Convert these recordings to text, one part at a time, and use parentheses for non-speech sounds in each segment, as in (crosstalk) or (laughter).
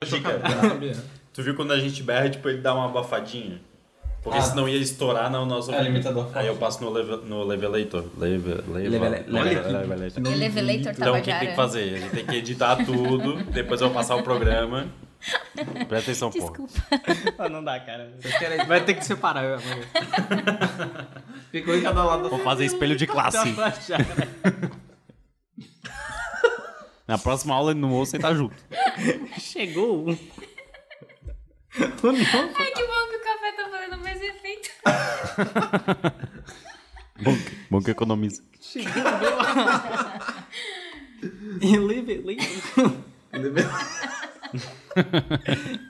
(laughs) Dica. Não sabia. Tu viu quando a gente berra, tipo, ele dá uma abafadinha? Porque Ah. senão ia estourar na nossa É, limitador Aí forte. eu passo no, leve, no levelator. Leve, leve, Levele- levelator. O Elevator Então o que que Tabajara. tem que fazer? A gente tem que editar (laughs) tudo, depois eu vou passar o programa. Presta atenção, porra. Desculpa. Ah, não dá, cara. Vocês querem- Vai ter que separar. eu- Então, eu- (laughs) Ficou em cada lado Assim. Vou fazer espelho de da classe. fachada. Na próxima aula no moço você tá junto. Chegou um. O novo. Ai, que bom que o café tá fazendo o mesmo efeito. Bom, que- bom (laughs) que economiza. Chegou um novo. Elevelator.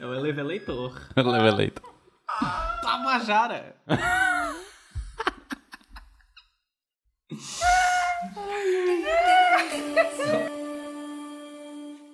É o Elevelator. Levelator. Tabajara.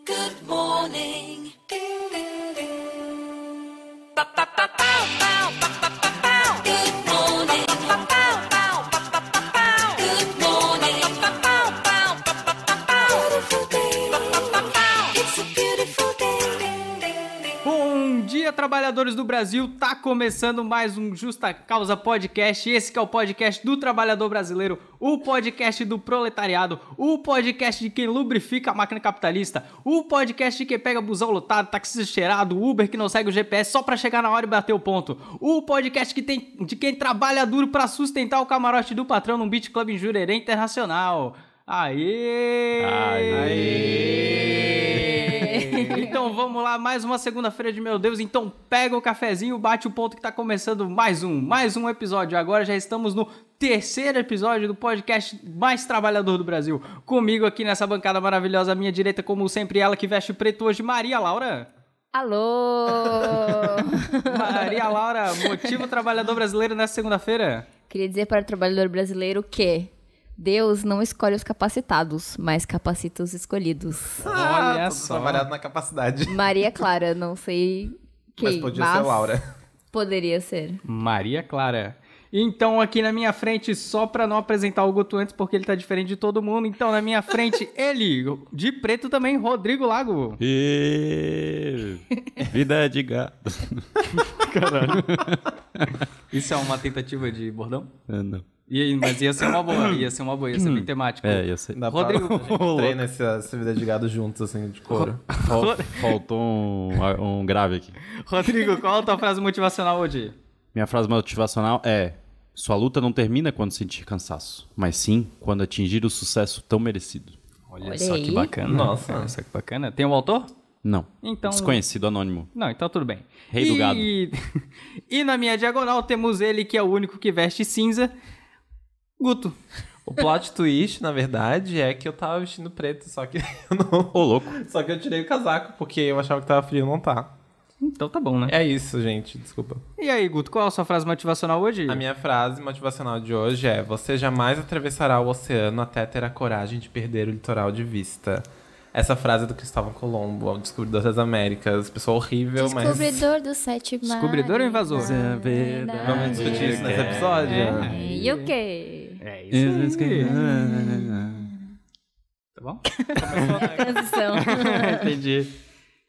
Good morning. Ding, ding, ding. Ba, ba, ba, bow, bow, ba, ba, ba, bow. Good morning. Ba, ba, bow, bow, ba, ba, ba, bow. Good morning. Ba, ba, bow, bow, ba, ba, ba, bow. Beautiful day. Ba, ba, ba, bow. It's a beautiful day. Ding, ding, ding. Bom dia, trabalhadores do Brasil. Tá começando mais um Justa Causa Podcast. Esse que é o podcast do trabalhador brasileiro, o podcast do proletariado, o podcast de quem lubrifica a máquina capitalista, o podcast de quem pega busão lotado, taxista cheirado, Uber que não segue o GPS só pra chegar na hora e bater o ponto, o podcast que tem de quem trabalha duro pra sustentar o camarote do patrão num beat club em Jurerê Internacional. Aê! (laughs) Então vamos lá, mais uma segunda-feira de meu Deus. Então pega o cafezinho, bate o ponto que tá começando mais um, mais um episódio. Agora já estamos no terceiro episódio do podcast mais trabalhador do Brasil. Comigo aqui nessa bancada maravilhosa, à minha direita, como sempre, ela que veste preto hoje, Maria Laura. (laughs) Alô! Maria Laura, motivo trabalhador brasileiro nessa segunda-feira? Queria dizer para o trabalhador brasileiro que Deus não escolhe os capacitados, mas capacita os escolhidos. Ah, Olha só. Ah, Trabalhado na capacidade. Maria Clara, não sei quem. Mas podia ser Laura. (laughs) Poderia ser. Maria Clara. Então, aqui na minha frente, só pra não apresentar o Guto antes, porque ele tá diferente de todo mundo. Então, na (laughs) minha frente, ele, de preto também, Rodrigo Lago. E... é Vida de (laughs) gato. Isso é uma tentativa de bordão? Ah, não. E aí, mas ia ser uma boa, ia ser uma boa, ia ser bem temático. É, eu sei. Dá (laughs) Rodrigo, pra... a gente treina essa, essa vida de gado juntos, assim, de couro. Fal- Faltou um, um grave aqui. Rodrigo, qual a tua frase motivacional hoje? Minha frase motivacional é: Sua luta não termina quando sentir cansaço, mas sim quando atingir o sucesso tão merecido. Olha, Olha só que aí. bacana. Nossa. Olha só que bacana. Tem um autor? Não. Então- Desconhecido, anônimo. Não, então tudo bem. Rei do gado. E... (laughs) e na minha diagonal temos ele, que é o único que veste cinza, Guto. O plot twist, na verdade, é que eu tava vestindo preto, só que (laughs) eu não. Ô, louco. Só que eu tirei o casaco, porque eu achava que tava frio, não tá. Então tá bom, né? É isso, gente, desculpa. E aí, Guto, qual é a sua frase motivacional hoje? A minha frase motivacional de hoje é: Você jamais atravessará o oceano até ter a coragem de perder o litoral de vista. Essa frase é do Cristóvão Colombo, o descobridor das Américas. Pessoa horrível, mas. Descobridor dos sete mares. Descobridor ou invasor? Isso é verdade. Vamos discutir isso nesse episódio. E o quê? É isso aí. Tá bom? É. (laughs) Transição. é. Entendi.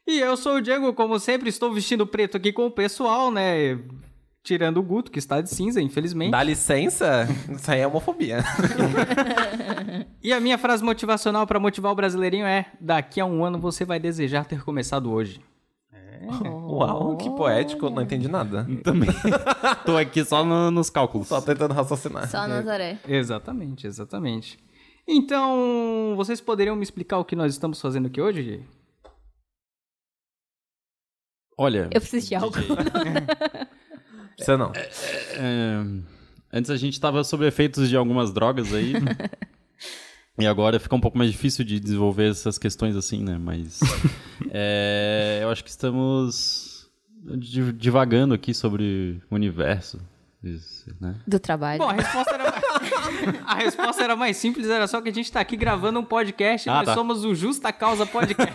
E eu sou o Diego, como sempre, estou vestindo preto aqui com o pessoal, né? Tirando o Guto, que está de cinza, infelizmente. Dá licença? Isso aí é homofobia. E a minha frase motivacional para motivar o brasileirinho é: daqui a um ano você vai desejar ter começado hoje. Uau, que poético, não entendi nada. Também. Tô aqui só no- nos cálculos. Só tentando raciocinar. Só Nazaré. Exatamente, exatamente. Então, vocês poderiam me explicar o que nós estamos fazendo aqui hoje, Gui? Olha. Eu preciso de algo. Você não. É, Antes a gente tava sob efeitos de algumas drogas aí. (laughs) e agora fica um pouco mais difícil de desenvolver essas questões assim, né? (laughs) Mas. é, eu acho que estamos di- divagando aqui sobre o universo. isso, né? Do trabalho. Bom, a resposta era mais... (laughs) a resposta era mais simples, era só que a gente tá aqui gravando um podcast e Ah, nós tá. somos o Justa Causa Podcast.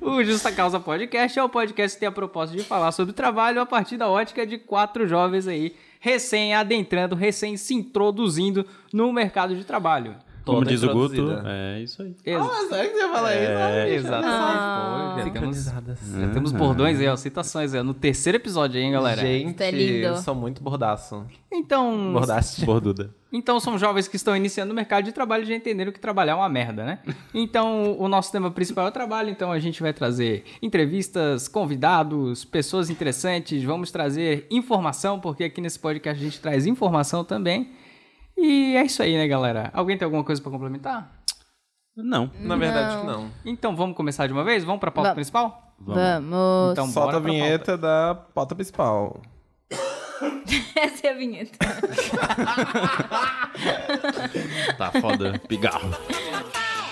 o Justa Causa Podcast é o podcast que tem a proposta de falar sobre trabalho a partir da ótica de quatro jovens aí, recém adentrando, recém se introduzindo no mercado de trabalho. Como Toda diz o Guto, introduzida. é isso (laughs) aí. Ex- mas é que você fala isso? É, exato. Ah, Ficamos- sincronizadas. Já temos bordões aí, ó, citações aí, ó, no terceiro episódio, hein, galera? Gente, é lindo. eu sou muito bordaço. Hum. Então, Bordaste. Borduda. Então são jovens que estão iniciando no mercado de trabalho e já entenderam que trabalhar é uma merda, né? Então o nosso tema principal é o trabalho, então a gente vai trazer entrevistas, convidados, pessoas interessantes, vamos trazer informação, porque aqui nesse podcast a gente traz informação também. E é isso aí, né, galera? Alguém tem alguma coisa pra complementar? Não. Na verdade, não. Então vamos começar de uma vez? Vamos pra pauta Vamos. principal? Vamos. Então Solta bora a pra vinheta da pauta principal. (laughs) Essa é a vinheta. Tá (laughs) foda. Pigarro.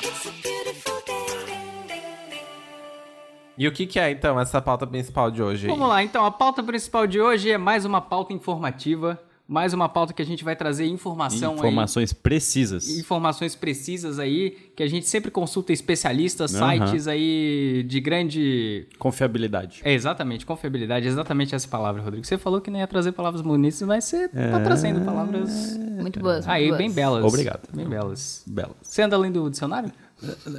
It's a beautiful day. E o que, que é, então, essa pauta principal de hoje? aí? Vamos lá, então a pauta principal de hoje é mais uma pauta informativa, mais uma pauta que a gente vai trazer informação, aí. Informações precisas. informações precisas aí, que a gente sempre consulta especialistas, Aham. sites aí de grande. Confiabilidade. É, exatamente, confiabilidade, exatamente essa palavra, Rodrigo. Você falou que não ia trazer palavras bonitas, mas você É. tá trazendo palavras Muito boas. muito aí boas. bem belas. Obrigado. Bem belas. Belas. Você anda além do dicionário?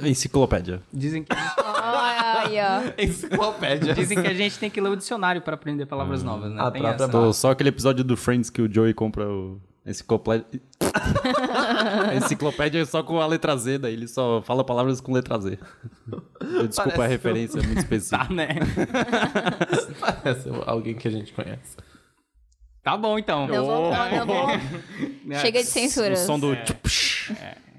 Enciclopédia. Dizem (laughs) que, Olha aí, ó. Enciclopédia. dizem que a gente tem que ler o dicionário pra aprender palavras novas, né? Hum, a Tem própria essa. Ou só aquele episódio do Friends que o Joey compra o enciclopédia. a enciclopédia é só com a letra Z, daí ele só fala palavras com letra Z. Desculpa Parece um- a referência, é muito específica. Tá, né? Parece alguém que a gente conhece. Tá bom, então. Não vou, não vou. É, Chega de O censuras. som do.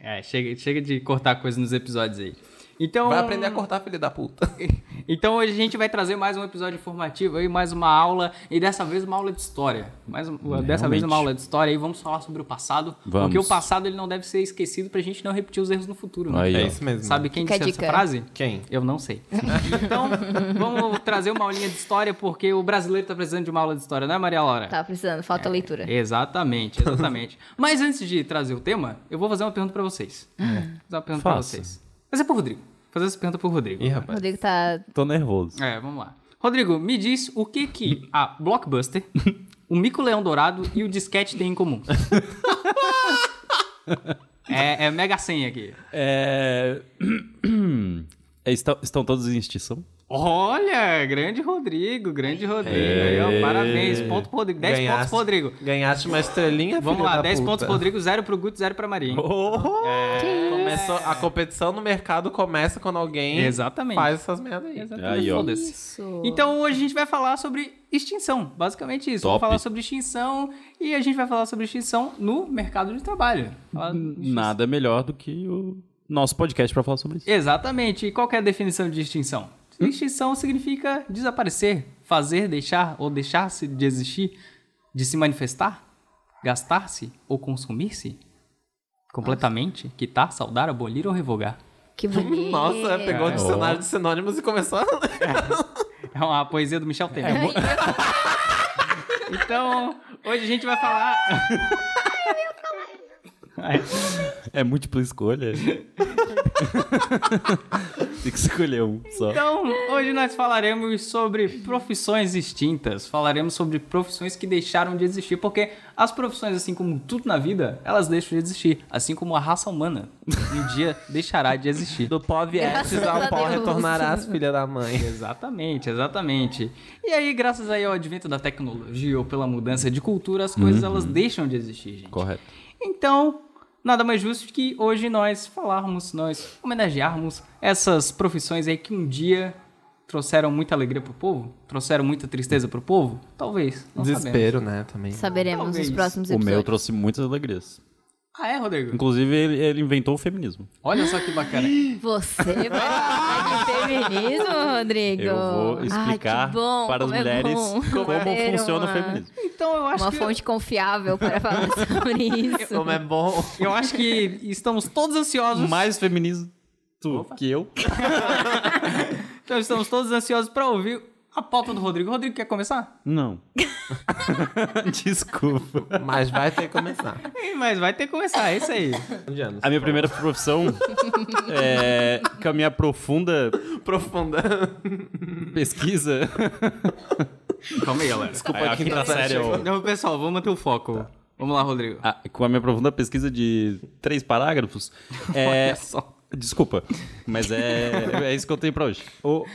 É, chega, chega de cortar coisa nos episódios aí. Então, Vai aprender a cortar, filho da puta. Então hoje a gente vai trazer mais um episódio informativo aí, mais uma aula, e dessa vez uma aula de história. Mais um- dessa vez É, realmente. uma aula de história e vamos falar sobre o passado. Vamos. Porque o passado ele não deve ser esquecido pra gente não repetir os erros no futuro, né? Aí, ó. É isso mesmo. Sabe quem Fica a disse essa dica. é? frase? Quem? Eu não (laughs) sei. Então, vamos trazer uma aulinha de história, porque o brasileiro tá precisando de uma aula de história, não é, Maria Laura? Tá precisando, falta É, leitura. Exatamente, exatamente. (laughs) Mas antes de trazer o tema, eu vou fazer uma pergunta pra vocês. Vou fazer uma pergunta pra É. Faça. vocês. Mas é pro Rodrigo. Vou fazer essa pergunta pro Rodrigo. Ih, rapaz. Rodrigo tá. Tô nervoso. É, vamos lá. Rodrigo, me diz o que que a Blockbuster, (laughs) o Mico Leão Dourado e o Disquete têm em comum. (laughs) é, é mega senha aqui. É. (clears throat) É, está- estão todos em extinção? Olha, grande Rodrigo, grande Rodrigo. Aí, ó, parabéns, ponto pro Rodrigo. 10 pontos pro Rodrigo. Ganhaste uma estrelinha, Vamos filho lá, da 10 puta. pontos pro Rodrigo, 0 pro Guto, 0 pra Maria. hein? Oh, Que começou, a competição no mercado começa quando alguém Exatamente. faz essas merdas aí. Exatamente, Aí, ó. foda-se. isso? Então hoje a gente vai falar sobre extinção, basicamente isso. Vamos Top. falar sobre extinção e a gente vai falar sobre extinção no mercado de trabalho. Falar de Nada melhor do que o nosso podcast pra falar sobre isso. Exatamente. E qual que é a definição de extinção? Extinção significa desaparecer, fazer, deixar ou deixar-se de existir, de se manifestar, gastar-se ou consumir-se completamente, quitar, saudar, abolir ou revogar. Que (laughs) bonito. (laughs) Nossa, pegou o dicionário de sinônimos e começou a ler. É uma poesia do Michel Temer. (laughs) Então, hoje a gente vai falar. É múltipla escolha. (laughs) Tem que escolher um só. Então, hoje nós falaremos sobre profissões extintas. Falaremos sobre profissões que deixaram de existir, porque as profissões, assim como tudo na vida, elas deixam de existir, assim como a raça humana um dia deixará de existir. Do pó viestes Graças ao a pó Deus. retornarás, filha da mãe. Exatamente, exatamente. E aí, graças aí ao advento da tecnologia ou pela mudança de cultura, as coisas elas deixam de existir, gente. Correto. Então, nada mais justo que hoje nós falarmos, nós homenagearmos essas profissões aí que um dia trouxeram muita alegria pro povo, trouxeram muita tristeza pro povo, talvez, não sabemos. Desespero, né, também. Saberemos Talvez. nos próximos O episódios. meu trouxe muitas alegrias. Ah, é, Rodrigo? Inclusive, ele, ele inventou o feminismo. Olha só que bacana. Você vai (laughs) falar de feminismo, Rodrigo? Eu vou Ai, explicar que bom, para as como é mulheres bom como ter funciona uma- o feminismo. Então, eu acho Uma que fonte (laughs) confiável para falar sobre isso. Como é bom. eu acho que estamos todos ansiosos. Mais feminista que eu. Então, estamos todos ansiosos pra ouvir a pauta do Rodrigo. Rodrigo quer começar? (laughs) Não. Desculpa. Mas vai ter que começar. Ih, Mas vai ter que começar, é isso aí. De anos. A minha primeira profissão é com a minha profunda Profunda. pesquisa. Calma aí, galera. tá Desculpa, tá a quinta série. eu- Não, pessoal, vamos Então, manter o foco. Vamos lá, Rodrigo. Ah, com a minha profunda pesquisa de três parágrafos. É, Olha só. Desculpa, mas é, é isso que eu tenho pra hoje. O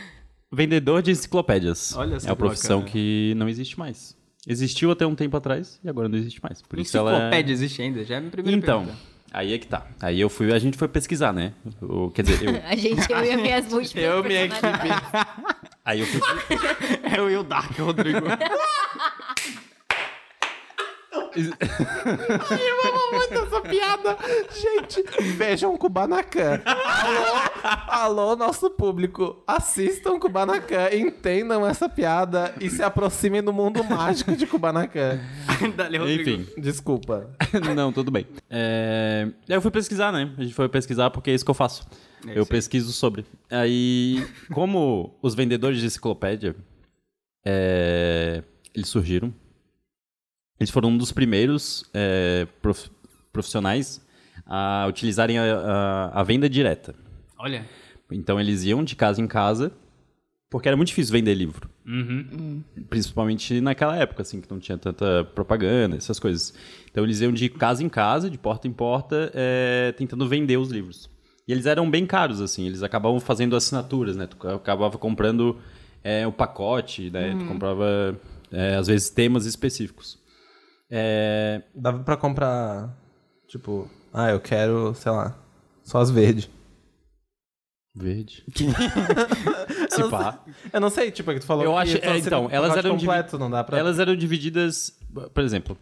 vendedor de enciclopédias. Olha é só uma que profissão bacana. que não existe mais. Existiu até um tempo atrás e agora não existe mais. Por isso ela é- Enciclopédia existe ainda, já é a minha primeira Então, pergunta. aí é que tá. Aí eu fui, a gente foi pesquisar, né? O, quer dizer, (laughs) eu, A gente, eu e (laughs) as minhas múltiplas Eu, minha personalidades. equipe. aí eu fui É o Will Dark, Rodrigo. essa piada. (laughs) Gente, vejam Kubanacan. Alô, alô, nosso público. Assistam Kubanacan, entendam essa piada e se aproximem do mundo mágico de Kubanacan. (laughs) Dali, é Rodrigo. Enfim. Desculpa. (laughs) Não, tudo bem. É... Eu fui pesquisar, né? A gente foi pesquisar porque é isso que eu faço. eu pesquiso sobre. Aí, como os vendedores de enciclopédia, é, eles surgiram. Eles foram um dos primeiros é, prof- profissionais a utilizarem a- a- a venda direta. Olha. Então eles iam de casa em casa, porque era muito difícil vender livro. Uhum. Principalmente naquela época, assim, que não tinha tanta propaganda, essas coisas. Então eles iam de casa em casa, de porta em porta, eh, tentando vender os livros. E eles eram bem caros, assim, eles acabavam fazendo assinaturas, né? Tu acabava comprando eh, o pacote, né? Tu comprava, eh, às vezes, temas específicos. Eh, Dava pra comprar, tipo, ah, eu quero, sei lá, só as verdes. Verde. (laughs) Se pá. Eu não sei, tipo, é que tu falou Eu que acho- só é, se então, comprar elas o eram de- completo, não dá pra... Elas eram divididas, por exemplo,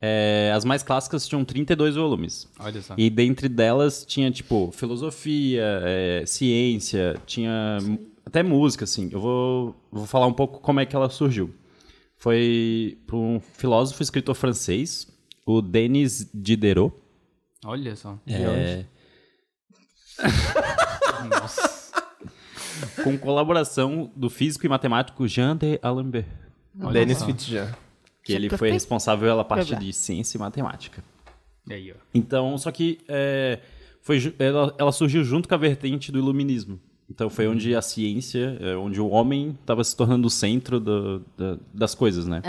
é, as mais clássicas tinham 32 volumes. Olha só. E dentre delas tinha, tipo, filosofia, é, ciência, tinha mu- até música, assim. Eu vou, vou falar um pouco como é que ela surgiu. Foi por um filósofo e escritor francês, o Denis Diderot. Olha só. É. Com colaboração do físico e matemático Jean de Alembert. Denis Fitjan. Que ele foi responsável pela parte de ciência e matemática. E aí, ó. Então, só que é, foi, ju- ela, ela surgiu junto com a vertente do iluminismo. Então foi onde a ciência, é, onde o homem estava se tornando o centro do- da- das coisas, né?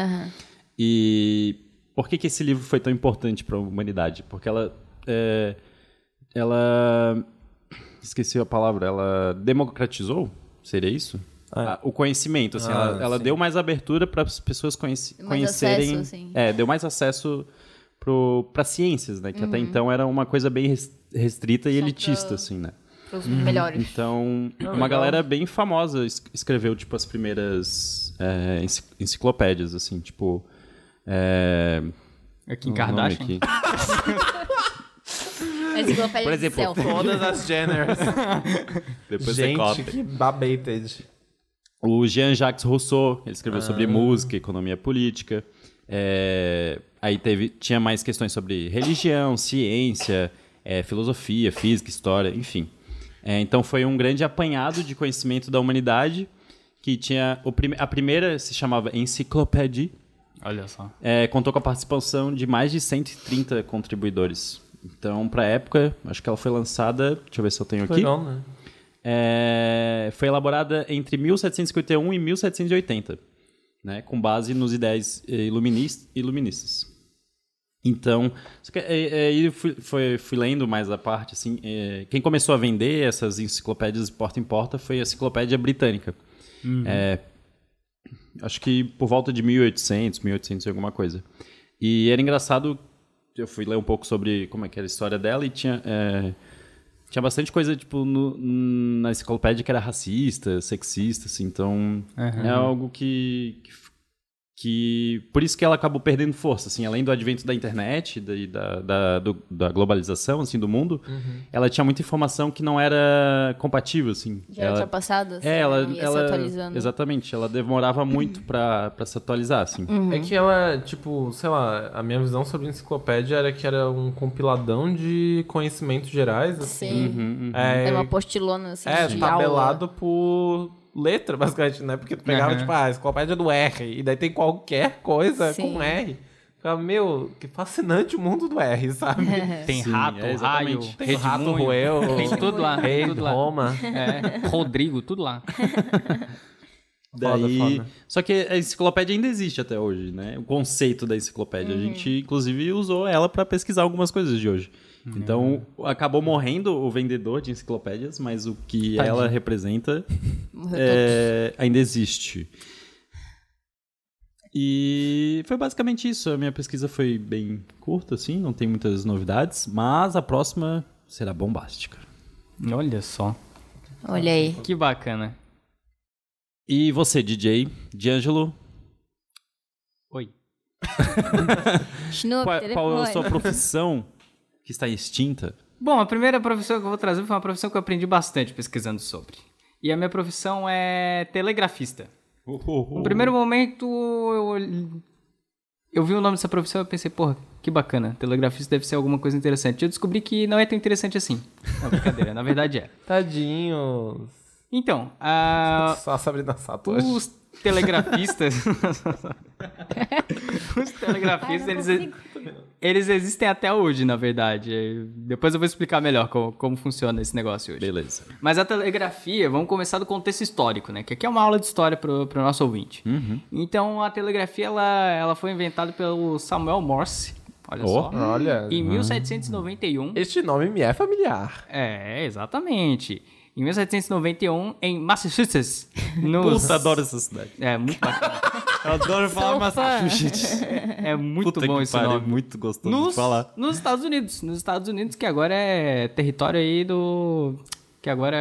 E por que, que esse livro foi tão importante para a humanidade? Porque ela, é, ela esqueci a palavra, ela democratizou, seria isso? Ah, O conhecimento, assim, Ah, ela, ela deu mais abertura para as pessoas conheci- Mais conhecerem, acesso, assim. é, deu mais acesso para ciências, né? Que até então era uma coisa bem res- restrita e Uhum. Só elitista, pra- assim, né? Pros melhores. Então, uma legal. galera bem famosa es- escreveu, tipo, as primeiras é, enci- enciclopédias, assim, tipo... É, É Kim o nome Kardashian. aqui. Uhum. A enciclopédia Por exemplo, de selfie. Todas as Jenners. Depois você Gente, copia. que babated. O Jean-Jacques Rousseau, ele escreveu Ah. sobre música, economia política. É, aí teve, tinha mais questões sobre religião, ciência, é, filosofia, física, história, enfim. É, então foi um grande apanhado de conhecimento da humanidade que tinha o prime- a primeira se chamava Enciclopédia. (laughs) Olha só. É, contou com a participação de mais de 130 contribuidores. Então, para época, acho que ela foi lançada. Deixa eu ver se eu tenho aqui. Legal, né? É, foi elaborada entre 1751 e 1780, né, com base nos ideais eh, iluminis- iluministas. Então, só que, eh, eh, eu fui, foi- fui lendo mais a parte, assim, eh, quem começou a vender essas enciclopédias de porta em porta foi a Enciclopédia Britânica. É, acho que por volta de 1800, 1800 e alguma coisa. E era engraçado, eu fui ler um pouco sobre como é que era a história dela e tinha... eh, tinha bastante coisa, tipo, no- na enciclopédia que era racista, sexista, assim, então é algo que, que, f- que- Por isso que ela acabou perdendo força, assim, além do advento da internet, da, e da, da, do- da globalização, assim, do mundo, ela tinha muita informação que não era compatível, assim. Já Ela- ultrapassadas. é, ela, né? Ia ela- se atualizando. Exatamente, ela demorava muito pra, pra se atualizar, assim. Uhum. É que ela, tipo, sei lá, a minha visão sobre enciclopédia era que era um compiladão de conhecimentos gerais, assim. Uhum, Sim. É, É uma postilona, assim, é, de aula. tabelado por letra, (laughs) basicamente, né? Porque tu pegava, Aham. tipo, ah, a enciclopédia do R, e daí tem qualquer coisa Sim. com R. Ficava, meu, que fascinante o mundo do R, (laughs) (laughs) sabe? Tem Sim, rato, é, raio, exatamente. Tem rato redemoinho. roeu, Tem tudo lá, rei, tudo lá. Roma. É, Rodrigo, tudo lá. Foda, Daí, foda. Só que a enciclopédia ainda existe até hoje, né? O conceito da enciclopédia. A gente, inclusive, usou ela para pesquisar algumas coisas de hoje. Uhum. Então, acabou morrendo o vendedor de enciclopédias, mas o que (laughs) Tadinho. ela representa Morreu é, ainda existe. E foi basicamente isso. A minha pesquisa foi bem curta, assim, não tem muitas novidades, mas a próxima será bombástica. Olha só. É. todos. Olha aí. Que bacana. E você, DJ, D'Angelo, Oi. qual, Snoop, qual é a telefone. sua profissão que está extinta? Bom, a primeira profissão que eu vou trazer foi uma profissão que eu aprendi bastante pesquisando sobre. E a minha profissão é telegrafista. No primeiro momento, eu, eu vi o nome dessa profissão e pensei, porra, que bacana, telegrafista deve ser alguma coisa interessante. Eu descobri que não é tão interessante assim. Não, brincadeira, na verdade é. Tadinhos. Então, Ah. a, Só a Sabrina Sato hoje. os (laughs) telegrafistas... os telegrafistas, Ai, não eles, consigo. eles existem até hoje, na verdade. Depois eu vou explicar melhor como, como funciona esse negócio hoje. Beleza. Mas a telegrafia, vamos começar do contexto histórico, né? Que aqui é uma aula de história para o nosso ouvinte. Uhum. Então, a telegrafia, ela, ela foi inventada pelo Samuel Morse, olha Ó. Uhum. só, Olha. em 1791. Este nome me é familiar. É, exatamente. Em 1791, (laughs) em Massachusetts. Nos... Puta, adoro essa cidade. É, muito bacana. Eu adoro falar (laughs) Sou Massachusetts. É muito Puta bom que esse pariu, nome. muito gostoso Nos, de falar. nos Estados Unidos. Nos Estados Unidos, que agora é território aí do... Que agora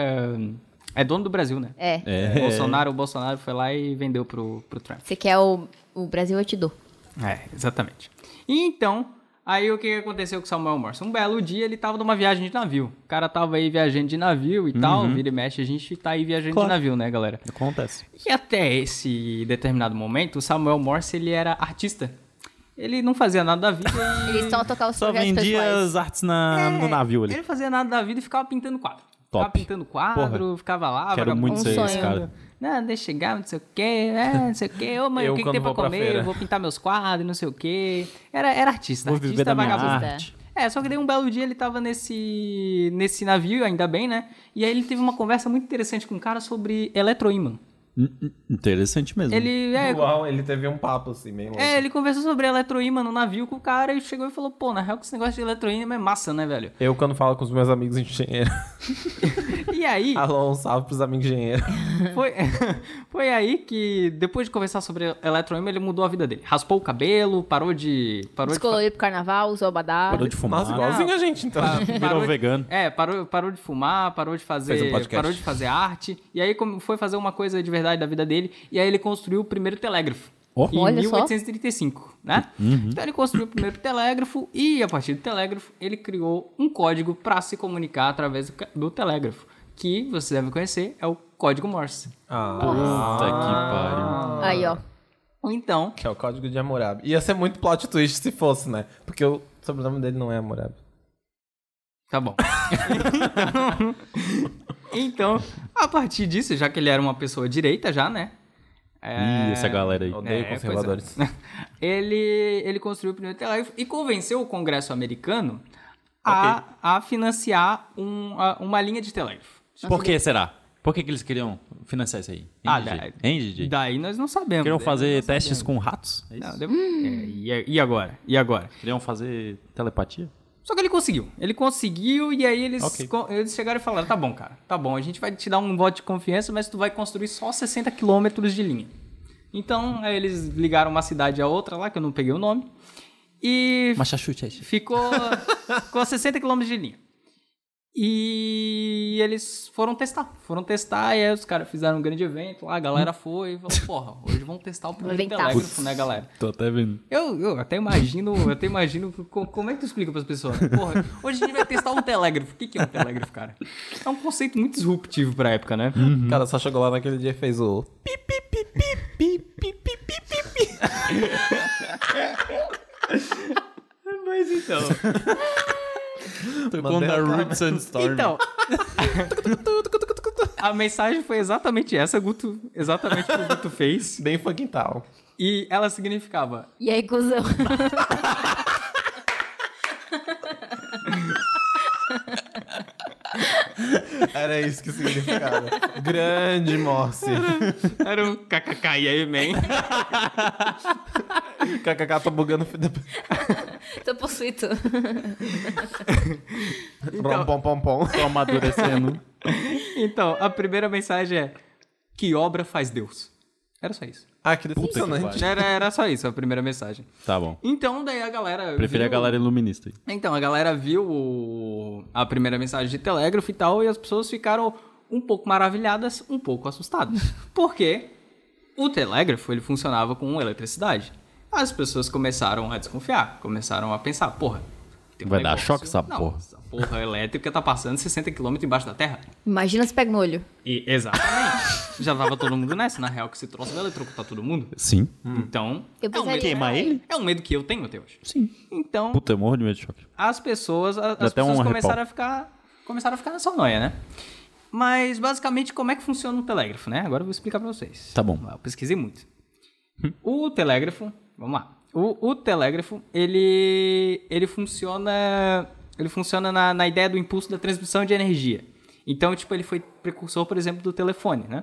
é, é dono do Brasil, né? É. É. Bolsonaro, o Bolsonaro foi lá e vendeu pro, pro Trump. Você quer o, o Brasil, eu te dou. É, exatamente. E então, aí o que que aconteceu com o Samuel Morse? Um belo dia ele tava numa viagem de navio. O cara tava aí viajando de navio e tal, vira e mexe, a gente tá aí viajando Uhum. Claro. de navio, né, galera? Acontece. E até esse determinado momento, o Samuel Morse, ele era artista. Ele não fazia nada da vida e... Eles estão a tocar os Só projetos vendia pessoais. as artes na, no navio ali. É. Ele não fazia nada da vida e ficava pintando quadro. Ficava Top. pintando quadro, Porra. ficava lá. Quero vagabundo. muito um ser esse sonho. cara. Não, deixa chegar, não sei o quê, é, não sei o quê. Ô, mãe, (laughs) Eu, o que, que quando tem pra vou pra comer? feira. Eu vou pintar meus quadros, não sei o quê. Era, era artista, Vou viver artista da minha vagabundo. arte. É, só que daí um belo dia ele tava nesse, nesse navio, ainda bem, né? E aí ele teve uma conversa muito interessante com um cara sobre eletroímã. Hum, hum, Interessante mesmo. Ele, é, Uau, ele teve um papo assim, meio louco. é, ele conversou sobre eletroímã no navio com o cara e chegou e falou, pô, na real que esse negócio de eletroímã é massa, né, velho? Eu, quando falo com os meus (laughs) amigos engenheiros, E Ah, aí... alô, um salve pros amigos engenheiros. Foi, (laughs) foi aí que, depois de conversar sobre Eletroima, ele mudou a vida dele. Raspou o cabelo, parou de. Parou de fa- Descoloriu pro carnaval, usou abadá. Parou de fumar. Nossa, igualzinho a gente, então. Ah, Virou vegano. É, parou, parou de fumar, parou de fazer. Fez um podcast. parou de fazer arte. E aí como foi fazer uma coisa de verdade da vida dele. E aí ele construiu o primeiro telégrafo. Oh. em Olha só. 1835, né? Uhum. Então ele construiu o primeiro telégrafo e a partir do telégrafo ele criou um código para se comunicar através do, ca- do telégrafo, que você deve conhecer, é o código Morse. Ah. Puta Ah. que pariu. Aí, ó. Então, Que é o código de Hammurabi. Ia ser muito plot twist se fosse, né? Porque o sobrenome dele não é Hammurabi. Tá bom. então, a partir disso, já que ele era uma pessoa direita já, né? Ih, essa galera aí. Odeio É, conservadores. Ele, (laughs) ele construiu o primeiro telégrafo e convenceu o Congresso americano a, a financiar um- a- uma linha de telégrafo. Por que será? Por que, que eles queriam financiar isso aí? Hein, Ah, DJ? da- Hein, DJ? Daí nós não sabemos. Queriam né? fazer testes com ratos? É isso? Não, deu- é, e, e agora? E agora? Queriam fazer telepatia? Só que ele conseguiu. Ele conseguiu e aí eles, Ok. co- eles chegaram e falaram: tá bom, cara, tá bom, a gente vai te dar um voto de confiança, mas tu vai construir só 60 quilômetros de linha. Então, aí eles ligaram uma cidade a outra lá, que eu não peguei o nome, e Massachusetts. (laughs) ficou, ficou 60 quilômetros de linha. E eles foram testar. Foram testar, e aí os caras fizeram um grande evento lá, a galera Hum. foi e falou: porra, hoje vamos testar o primeiro Inventar. telégrafo, né, galera? Tô até vendo. Eu, eu até imagino, eu até imagino co- como é que tu explica pras pessoas. Porra, hoje a gente vai testar um telégrafo. O que, que é um telégrafo, cara? É um conceito muito disruptivo pra época, né? Hum. Uhum. O cara só chegou lá naquele dia e fez o. Pi, pi, pi, pi, pi, pi, pi, pi, pi, pi. Mas então. Tô Mandela contra tava- é Roots and Storm. (laughs) Então. A mensagem foi exatamente essa, Guto. Exatamente o que o Guto fez. Bem fucking tal. E ela significava: E aí, cuzão. (laughs) Era isso que significava. (laughs) Grande Morse. Era um kkk e aí, man. KKK, tô bugando. o fio da- Então- Tô possuído. Pom, pom, pom, pom. Tô amadurecendo. Então, a primeira mensagem é: Que obra faz Deus? Era só isso. Ah, que que decepcionante. pariu. Era, era só isso a primeira mensagem. Tá bom. Então, daí a galera. Preferi a viu- galera iluminista aí. Então, a galera viu o- a primeira mensagem de telégrafo e tal, e as pessoas ficaram um pouco maravilhadas, um pouco assustadas. (laughs) Porque o telégrafo, ele funcionava com eletricidade. As pessoas começaram a desconfiar, começaram a pensar, porra... tem um Vai dar choque essa Não, porra. Essa porra elétrica tá passando 60 km embaixo da terra. Imagina se pega no olho. E, exatamente. (laughs) Já tava todo mundo nessa, na real, que esse troço vai eletrocutar todo mundo. Sim. Então, Eu é um, pensaria- medo, Queima ele? é um medo que eu tenho até hoje. Sim. Então, Puta, eu morro de medo de choque. as pessoas, a- Dá as até um pessoas repau. começaram a ficar começaram a ficar nessa noia, né? Mas basicamente como é que funciona o telégrafo, né? Agora eu vou explicar pra vocês. Tá bom. Hum? Vamos lá, Eu pesquisei muito. O telégrafo, vamos lá. O, o telégrafo, ele ele funciona ele funciona na, na ideia do impulso da transmissão de energia. Então, tipo, ele foi precursor, por exemplo, do telefone, né?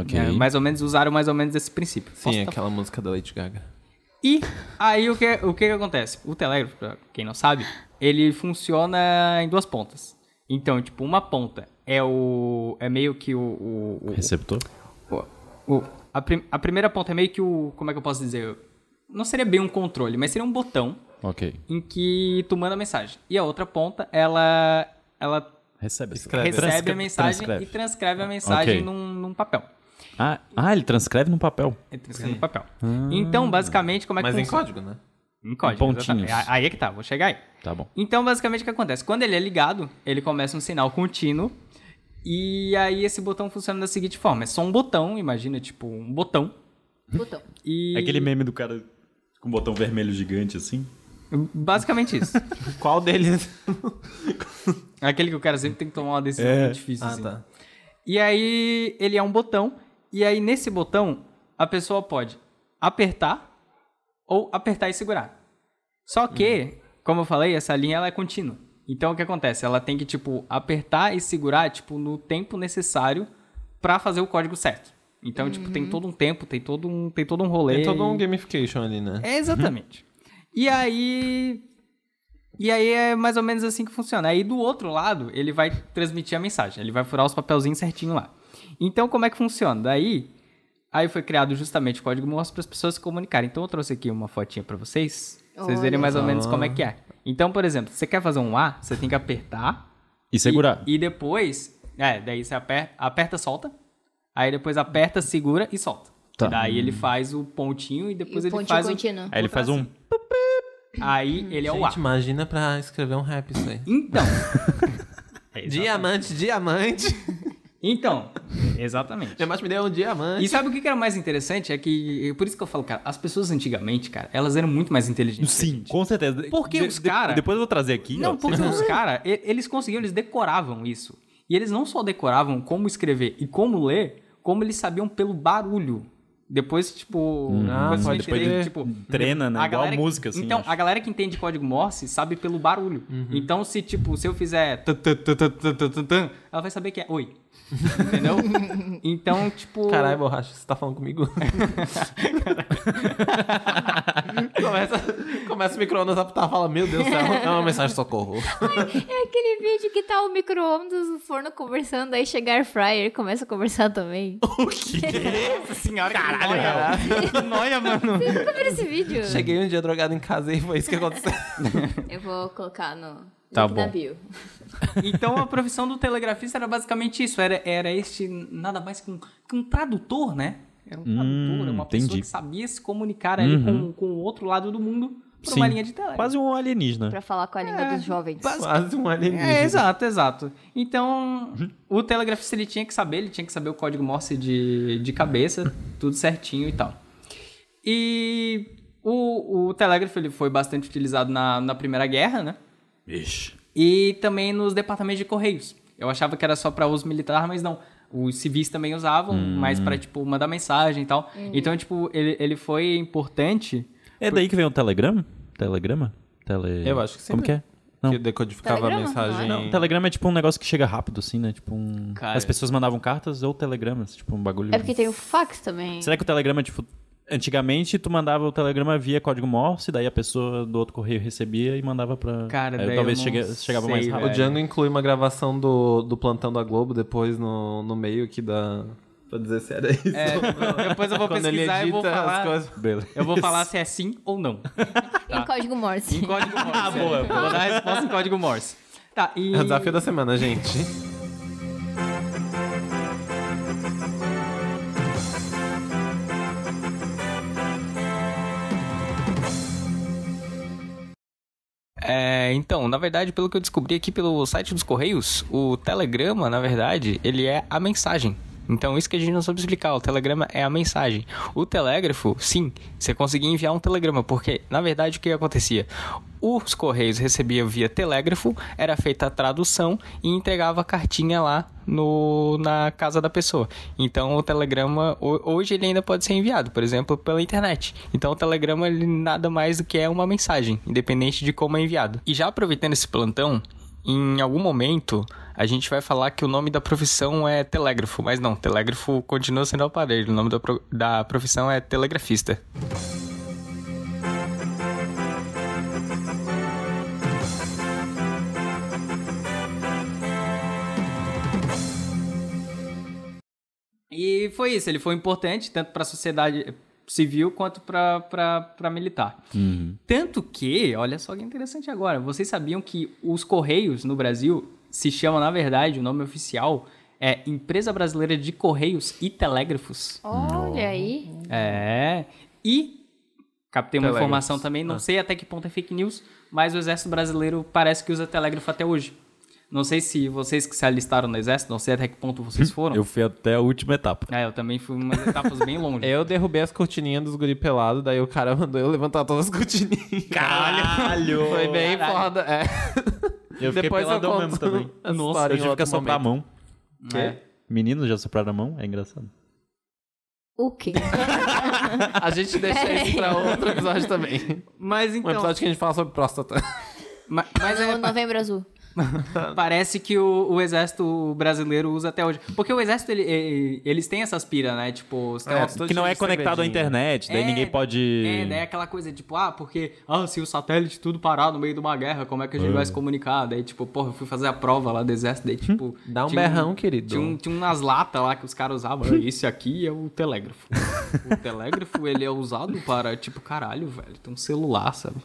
Ok. É, mais ou menos usaram mais ou menos esse princípio. Posso Sim, é tá aquela música da Lady Gaga. e aí o que, o que que acontece? O telégrafo, pra quem não sabe, ele funciona em duas pontas. Então, tipo, uma ponta é o. É meio que o. o- o- Receptor? o- a, prim- a primeira ponta é meio que o. Como é que eu posso dizer? Não seria bem um controle, mas seria um botão Ok. em que tu manda a mensagem. E a outra ponta, ela. Ela Recebe. essa- Escreve. recebe Transcre- a mensagem transcreve. e transcreve a mensagem Ok. num, num papel. Ah, ah, ele transcreve no papel. Ele transcreve no papel. Então, basicamente, como é que Mas em funciona? código, né? Em código. Em pontinhos. exatamente. Aí é que tá, vou chegar aí. Tá bom. Então, basicamente, o que acontece? Quando ele é ligado, ele começa um sinal contínuo. E aí, esse botão funciona da seguinte forma: é só um botão, imagina, tipo, um botão. Botão. E. É aquele meme do cara com um botão vermelho gigante assim? Basicamente isso. Qual deles? é aquele que o cara sempre tem que tomar uma decisão muito difícil. Ah, assim. tá. E aí, ele é um botão. E aí, nesse botão, a pessoa pode apertar ou apertar e segurar. Só que, como eu falei, essa linha ela é contínua. Então, o que acontece? Ela tem que, tipo, apertar e segurar, tipo, no tempo necessário pra fazer o código certo. Então, tipo, tem todo um tempo, tem todo um, tem todo um rolê. Uhum. Tem todo um gamification ali, né? É, exatamente. E aí... E aí é mais ou menos assim que funciona. Aí do outro lado, ele vai transmitir a mensagem. Ele vai furar os papelzinhos certinho lá. Então, como é que funciona? Daí, aí foi criado justamente o código Morse para as pessoas se comunicarem. Então, eu trouxe aqui uma fotinha para vocês, pra vocês verem Olha. mais ou menos como é que é. Então, por exemplo, se você quer fazer um A, você tem que apertar. E segurar. E, e depois, é, daí você aperta, aperta, solta. Aí depois aperta, segura e solta. Tá. E daí ele faz o pontinho e depois E o ele pontinho faz o... contínuo. Aí ele faz um. assim. Aí ele é o A. Gente, imagina pra escrever um rap isso aí. Então. (laughs) É, Diamante, diamante. Então. Exatamente. Diamante me deu um diamante. E sabe o que que era mais interessante? É que. Por isso que eu falo, cara, as pessoas antigamente, cara, elas eram muito mais inteligentes. que a um Sim, gente. com certeza. Porque os de- cara- Depois eu vou trazer aqui. Não, ó, porque os caras, eles conseguiam, eles decoravam isso. E eles não só decoravam como escrever e como ler, como eles sabiam pelo barulho. Depois, tipo. Hum, Ah, depois pode que eu entendi, crer. tipo, Treina, né? a Igual galera, a música, assim. Então, acho. a galera que entende código Morse sabe pelo barulho. Então, se tipo, se eu fizer. tan, tan, tan, tan, tan, tan, tan, tan, Ela vai saber que é oi. (laughs) Entendeu? Então, tipo. Caralho, borracha, você tá falando (laughs) comigo? começa, começa o micro-ondas a apitar, fala, meu Deus do céu, é uma mensagem de (laughs) socorro. É aquele vídeo que tá o micro-ondas no forno conversando, aí chega a air fryer e começa a (laughs) conversar também. Nossa senhora, caralho. Que noia, mano. Vocês nunca viram esse vídeo? Cheguei um dia drogado em casa e foi isso que aconteceu. Eu vou colocar no Tá link da bom. bio. Então, a profissão do telegrafista era basicamente isso. Era, era este nada mais que um, que um tradutor, né? Era um tradutor, era uma pessoa Hum, entendi. Uhum. que sabia se comunicar ali com, com o outro lado do mundo por uma Sim. linha de telégrafo. Quase um alienígena. Pra falar com a É, língua dos jovens. (laughs) Quase um alienígena. É, exato, exato. Então, Uhum. o telegrafista ele tinha que saber, ele tinha que saber o código Morse de, de cabeça, tudo certinho e tal. E o, o telégrafo ele foi bastante utilizado na, na Primeira Guerra, né? Ixi. E também nos departamentos de correios. Eu achava que era só para uso militar, mas não. Os civis também usavam, Hum. mas para tipo mandar mensagem e tal. Então, tipo, ele, ele foi importante É daí que vem o telegrama? Telegrama? Tele... Eu acho que sim, Como que é? Não. Que decodificava a Telegrama? mensagem. Não, o Telegram é tipo um negócio que chega rápido, assim, né? Tipo um... Cara. As pessoas mandavam cartas ou telegramas, tipo um bagulho... É porque tem o fax também. Será que o telegrama, tipo... Antigamente, tu mandava o telegrama via código Morse, daí a pessoa do outro correio recebia e mandava pra... Cara, Aí daí talvez eu não chega- chegava mais sei, rápido. O Django inclui uma gravação do, do Plantão da Globo depois no, no meio aqui da. Pra dizer se era isso. É, (laughs) depois eu vou (laughs) Quando ele pesquisar e vou edita as falar. coisas. Beleza. Eu vou (laughs) falar se é sim ou não. tá. Em código Morse. Em código Morse. Ah, boa, é. boa. Vou dar a resposta em código Morse. Tá, e. É o (laughs) desafio da semana, gente. É, então, na verdade, pelo que eu descobri aqui pelo site dos Correios, o Telegrama, na verdade, ele é a mensagem. Então, isso que a gente não sabe explicar, o telegrama é a mensagem. O telégrafo, sim, você conseguia enviar um telegrama, porque, na verdade, o que acontecia? Os correios recebiam via telégrafo, era feita a tradução e entregava a cartinha lá no, na casa da pessoa. Então, o telegrama, ho- hoje, ele ainda pode ser enviado, por exemplo, pela internet. Então, o telegrama, ele nada mais do que é uma mensagem, independente de como é enviado. E já aproveitando esse plantão, em algum momento a gente vai falar que o nome da profissão é telégrafo, mas não, telégrafo continua sendo o aparelho, o nome da, pro- da profissão é telegrafista. E foi isso, ele foi importante tanto para a sociedade civil quanto para militar. Uhum. Tanto que, olha só que interessante agora, vocês sabiam que os Correios no Brasil se chama, na verdade, o nome oficial é Empresa Brasileira de Correios e Telégrafos. Olha aí. É. E captei uma Telégrafos. informação também, não sei até que ponto é fake news, mas o exército brasileiro parece que usa telégrafo até hoje. Não sei se vocês que se alistaram no exército, não sei até que ponto (laughs) vocês foram. Eu fui até a última etapa. É, eu também fui umas etapas bem longe. (laughs) É, Eu derrubei as cortininhas dos guri pelado, daí o cara (laughs) mandou eu levantar todas as cortininhas. Caralho! (laughs) Foi bem Caralho. foda. É. Eu fiquei Depois eu peladão conto mesmo também. a Nossa, história eu em tive que outro assoprar a mão. É. Meninos já assopraram a mão? É engraçado. O quê? A gente deixa isso pra outro episódio também. Mas Um então. episódio que a gente fala sobre próstata. ma- Mas é, No Novembro Azul. parece que o, o exército brasileiro usa até hoje. Porque o exército, ele- ele- eles têm essas piras, né? Tipo, os É, teólogos Tô que não cheio é de conectado à segredinho. né? internet, daí É, ninguém pode. É, daí é aquela coisa, tipo, ah, porque ah, se o satélite tudo parar no meio de uma guerra, como é que a gente vai se comunicar? Daí, tipo, porra, eu fui fazer a prova lá do exército, daí, tipo. Dá um tinha berrão, querido. Tinha, um, tinha umas latas lá que os caras usavam. "Ah, Esse aqui é o (laughs) telégrafo. o telégrafo, ele é usado para, tipo, caralho, velho, tem um celular, sabe?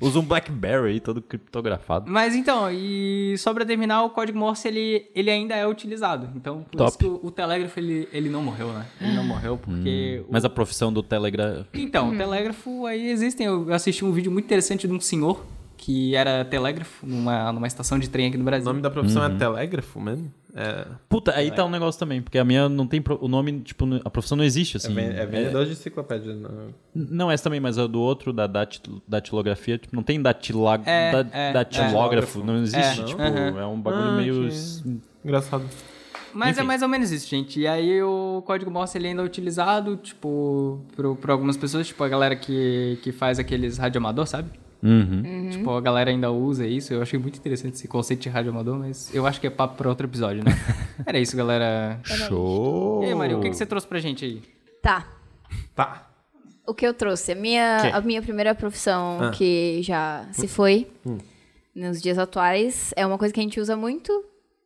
Usa um Blackberry todo criptografado. Mas então, e só pra terminar, o código Morse ele, ele ainda é utilizado. Então, por Top. isso que o, o telégrafo ele, ele não morreu, né? Ele não morreu porque. o- Hum, Mas a profissão do Telegram. Então, o telégrafo aí existem. Eu assisti um vídeo muito interessante de um senhor que era telégrafo numa, numa estação de trem aqui no O Brasil. nome da profissão é telégrafo mesmo? É, Puta, aí tá um negócio também, porque a minha não tem. pro- O nome, tipo, n- a profissão não existe, assim. É vendedor de enciclopédia. né? não. Não essa também, mas a do outro, da datil- datilografia, tipo, não tem datila... É, da- é, datilógrafo, não existe. É, tipo, aham. é um bagulho Ah, meio. que- s- (laughs) Engraçado. Mas é enfim. mais ou menos isso, gente. E aí o código Morse ele ainda é utilizado, tipo, pro- por algumas pessoas, tipo a galera que, que faz aqueles radioamador, sabe? Uhum. Tipo, a galera ainda usa isso. Eu achei muito interessante esse conceito de rádio amador, mas eu acho que é papo pra outro episódio, (laughs) né? Era isso, galera. Show! E aí, Maria, o que, que você trouxe pra gente aí? Tá. Tá. O que eu trouxe? A minha, Que? a minha primeira profissão Ah. que já se foi Hum. nos dias atuais é uma coisa que a gente usa muito,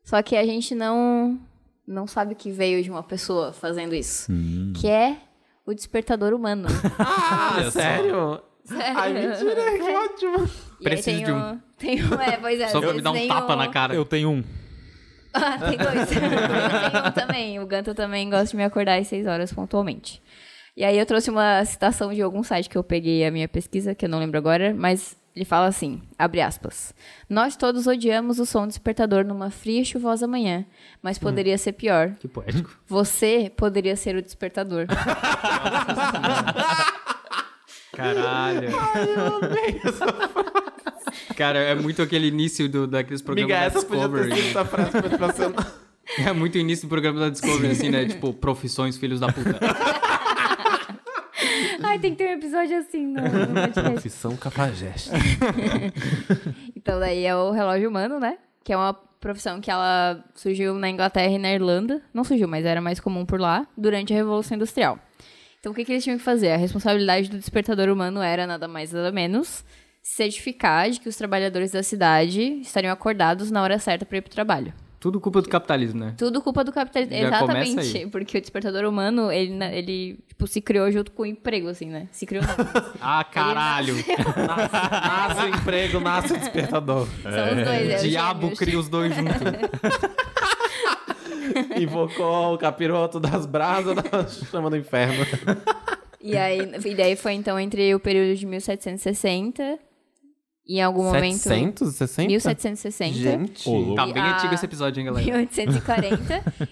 só que a gente não não sabe que veio de uma pessoa fazendo isso, Hum. que é o despertador humano. (laughs) Ah, sério? Ai, mentira, que ótimo. É. E aí Preciso tem de o- um. Tem um, é, pois é. Só pra eles me dar um têm tapa o- na cara. Eu tenho um. Ah, tem dois. (laughs) tem um também. O Ganta também gosta de me acordar às seis horas pontualmente. E aí eu trouxe uma citação de algum site que eu peguei a minha pesquisa, que eu não lembro agora, mas ele fala assim, abre aspas. Nós todos odiamos o som do despertador numa fria e chuvosa manhã, mas poderia ser pior. Que poético. Você poderia ser o despertador. (laughs) Caralho. Cara, é muito aquele início do, daqueles Amiga, programas da essa podia ter Discovery. sido essa frase motivacional. né? (laughs) É muito o início do programa da Discovery, assim, (laughs) né? Tipo, profissões, filhos da puta. tipo, Ai, tem que ter um episódio assim no, no podcast. Profissão cafajeste. Então daí é o relógio humano, né? Que é uma profissão que ela surgiu na Inglaterra e na Irlanda. Não surgiu, mas era mais comum por lá durante a Revolução Industrial. Então o que, que eles tinham que fazer? A responsabilidade do despertador humano era nada mais nada menos certificar de que os trabalhadores da cidade estariam acordados na hora certa para ir para o trabalho. Tudo culpa do capitalismo, né? Tudo culpa do capitalismo. Já começa Exatamente. aí. Porque o despertador humano, ele, na- ele tipo, se criou junto com o emprego, assim, né? Se criou. não. Ah, caralho. (laughs) Nasce o emprego, nasce o despertador. São os dois. é os Diabo gêmeos. cria os dois juntos. É. Invocou o capiroto das brasas (laughs) da chama do inferno. E aí, e daí foi então entre o período de 1760 e em algum momento 760? 1760 Gente. Ô, louco. Tá bem Ah. antigo esse episódio, hein, galera? 1840,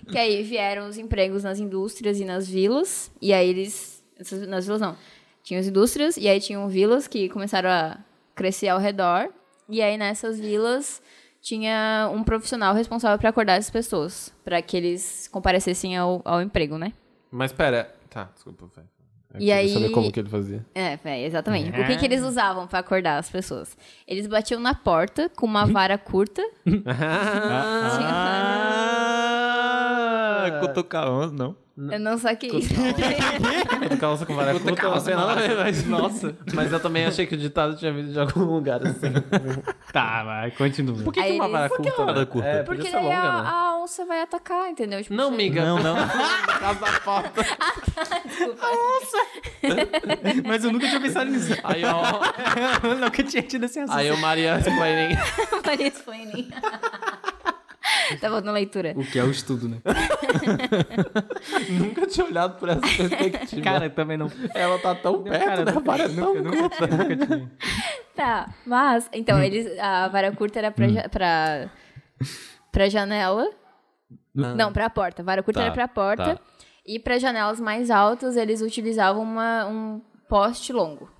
que aí vieram os empregos nas indústrias e nas vilas, e aí eles essas- nas vilas não. Tinham as indústrias e aí tinham vilas que começaram a crescer ao redor, e aí nessas vilas tinha um profissional responsável para acordar as pessoas, para que eles comparecessem ao, ao emprego, né? Mas pera. Tá, desculpa, velho. Eu E queria aí- saber como que ele fazia. É, é, exatamente. O que, que eles usavam pra acordar as pessoas? Eles batiam na porta com uma vara (laughs) curta. Ah. Ah, cutucar onze, não. Eu não só que isso. Puta calça com vara curta, não sei nada a ver, mas nossa. Mas eu também achei que o ditado tinha vindo de algum lugar assim. Tá, vai, continua. Por que, Aí que uma eles- vara curta? Por que uma vara curta? É, podia Porque ser daí longa, a, né? a onça vai atacar, entendeu? (laughs) Tipo, Não, você- miga. Não, não. Casa da porta. Desculpa. Mas eu nunca tinha pensado nisso. Aí, ó. Eu nunca tinha tido esse assunto. Aí o Maria explaining. Maria (laughs) explaining. tá voltando à leitura. O que é o estudo, né? Nunca tinha olhado por essa perspectiva. Cara, também não. ela tá tão perto, cara, né? A vara é tão Eu nunca, eu nunca tinha. Tá, mas... Hum. Então, eles, a vara curta era pra... ja- pra, pra janela. Não, pra porta. Vara curta Ah. Tá, era pra porta. tá. E pra janelas mais altas, eles utilizavam uma, um poste longo.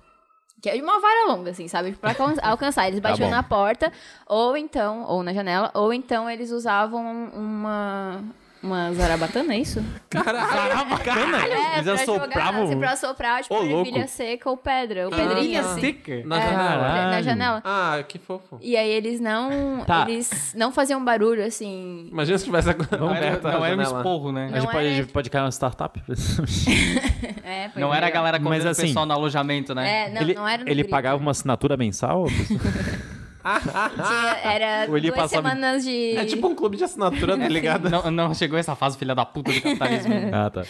Que é de uma vara longa, assim, sabe? (laughs) Pra alcan- alcançar. Eles Tá batiam bom. na porta, ou então, ou na janela, ou então eles usavam uma. Uma zarabatana, é isso? É, Caralho, Ah, eles pra jogar, assopravam. assim, pra soprar, tipo, Ô, ervilha louco. Ah. seca ou pedra. Ou pedrinha, Pedrinha assim. seca. Na É, janela. Na janela. Ah, que fofo. E aí eles não. Tá. Eles não faziam barulho, assim. Imagina se tivesse Não era, aberta a não era um janela. esporro, né? Tipo, A gente Não pode, era- pode criar uma startup. (laughs) É, foi Não era a legal. galera Mas convidando o assim- pessoal no alojamento, né? É, não, ele não era no ele grito. pagava uma assinatura mensal? assim? Tinha- (laughs) Era Ou ele duas passava- semanas de. É tipo um clube de assinatura, tá ligado? Não, não chegou essa fase, filha da puta do capitalismo. (laughs) (laughs) ah, tá.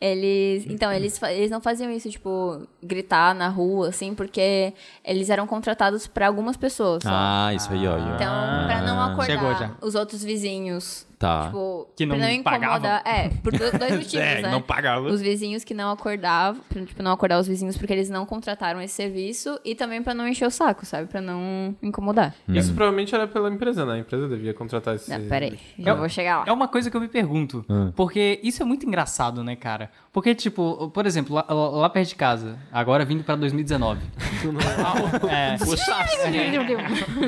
Eles. Então, eles, fa- eles não faziam isso, tipo, gritar na rua, assim, porque eles eram contratados pra algumas pessoas. só. Ah, isso aí, ó. ó. Então, pra não acordar Ah, Chegou já. os outros vizinhos. Tá. Tipo, Que não É, pra não pagavam. incomodar. É, por (laughs) do- dois motivos, né? pagava. Os vizinhos que não acordavam, pra, tipo, não acordar os vizinhos porque eles não contrataram esse serviço e também pra não encher o saco, sabe? Pra não incomodar. Hum. Isso provavelmente era pela empresa, né? A empresa devia contratar esse... Não, peraí, já É- vou chegar lá. É uma coisa que eu me pergunto. Ah. Porque isso é muito engraçado, né, cara? Porque, tipo, por exemplo, lá, lá- lá perto de casa, agora vindo pra 2019. (laughs) é, (laughs) né?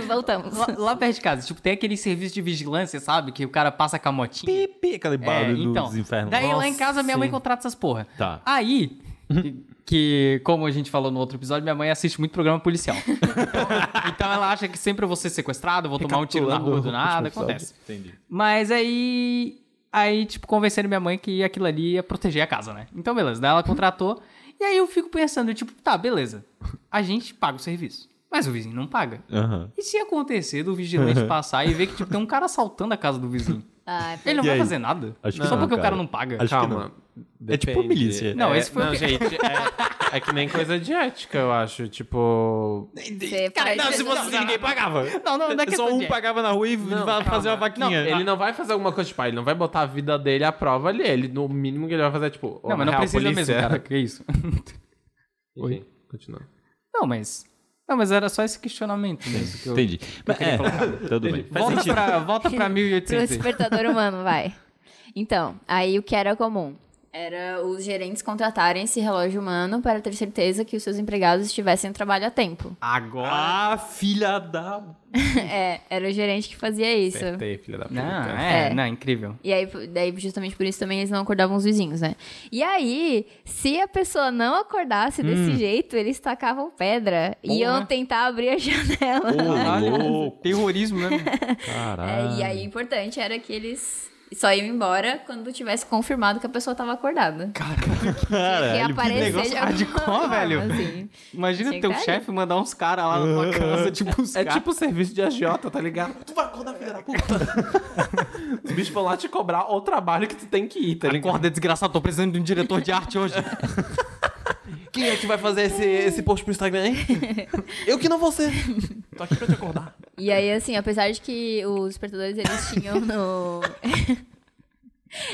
Voltamos. lá, lá perto de casa, tipo, tem aquele serviço de vigilância, sabe? Que o cara passa com a motinha. Pipi, aquele É, barulho então. dos infernos. Daí lá em casa minha mãe sim. contrata essas porra. Tá. Aí, que- que como a gente falou no outro episódio, minha mãe assiste muito programa (laughs) policial. então, então ela acha que sempre eu vou ser sequestrado, vou tomar um tiro na rua do nada, acontece. Entendi. Mas aí. Aí, tipo, convencendo minha mãe que aquilo ali ia proteger a casa, né? Então, beleza. Daí ela contratou. e aí eu fico pensando, tipo, tá, beleza. A gente paga o serviço. Mas o vizinho não paga. Aham. E se acontecer do vigilante (laughs) passar e ver que, tipo, tem um cara assaltando a casa do vizinho? Ai, Ele não E vai aí? fazer nada. Acho que Só não, porque o cara cara. não paga. Acho que Calma. não. É tipo Depende. milícia. Não, esse foi o Não, que- gente, é, é que nem coisa de ética, eu acho. Tipo... você faz Não, se pessoas- você ninguém pagava. (laughs) Não, não, não é Só questão de um ética. pagava na rua e vai fazer uma vaquinha. Não, Ele não vai fazer alguma coisa, tipo, ah, ele não vai botar a vida dele à prova ali. Ele, no mínimo que ele vai fazer, é, tipo, Não, mas não precisa polícia. mesmo, cara. Que isso? Enfim, continua. Não, mas... Não, mas era só esse questionamento mesmo. Que eu... Entendi. Mas, é, tudo bem. Faz Volta sentido. (laughs) pra, volta pra Pro 1800. aí. despertador humano, vai. Então, aí o que era comum? Era os gerentes contratarem esse relógio humano para ter certeza que os seus empregados estivessem no trabalho a tempo. Agora. Ah, filha da. é, era o gerente que fazia isso. Acertei, filha da puta. Não, é, É. não, incrível. E aí, daí, justamente por isso também eles não acordavam os vizinhos, né? E aí, se a pessoa não acordasse desse jeito, eles tacavam pedra e iam Porra. tentar abrir a (laughs) janela. Caralho, louco. Terrorismo, né? (laughs) Caralho. É, e aí, o importante era que eles só iam embora quando tivesse confirmado que a pessoa tava acordada. Tinha que Caralho, aparecer negócio de alguma hardcore, forma, velho. assim. Imagina Tinha que teu tá aí. chefe mandar uns caras lá na tua casa te buscar. É tipo serviço de agiota, tá ligado? Tu vai acordar, filha da puta. (laughs) Os bichos vão lá te cobrar o trabalho que tu tem que ir, tá ligado? Acorda, desgraçado, tô precisando de um diretor de arte hoje. Quem é que vai fazer esse, esse post pro Instagram, (laughs) hein? Eu que não vou ser. Tô aqui pra te acordar. E aí, assim, apesar de que os despertadores, eles tinham (laughs) no...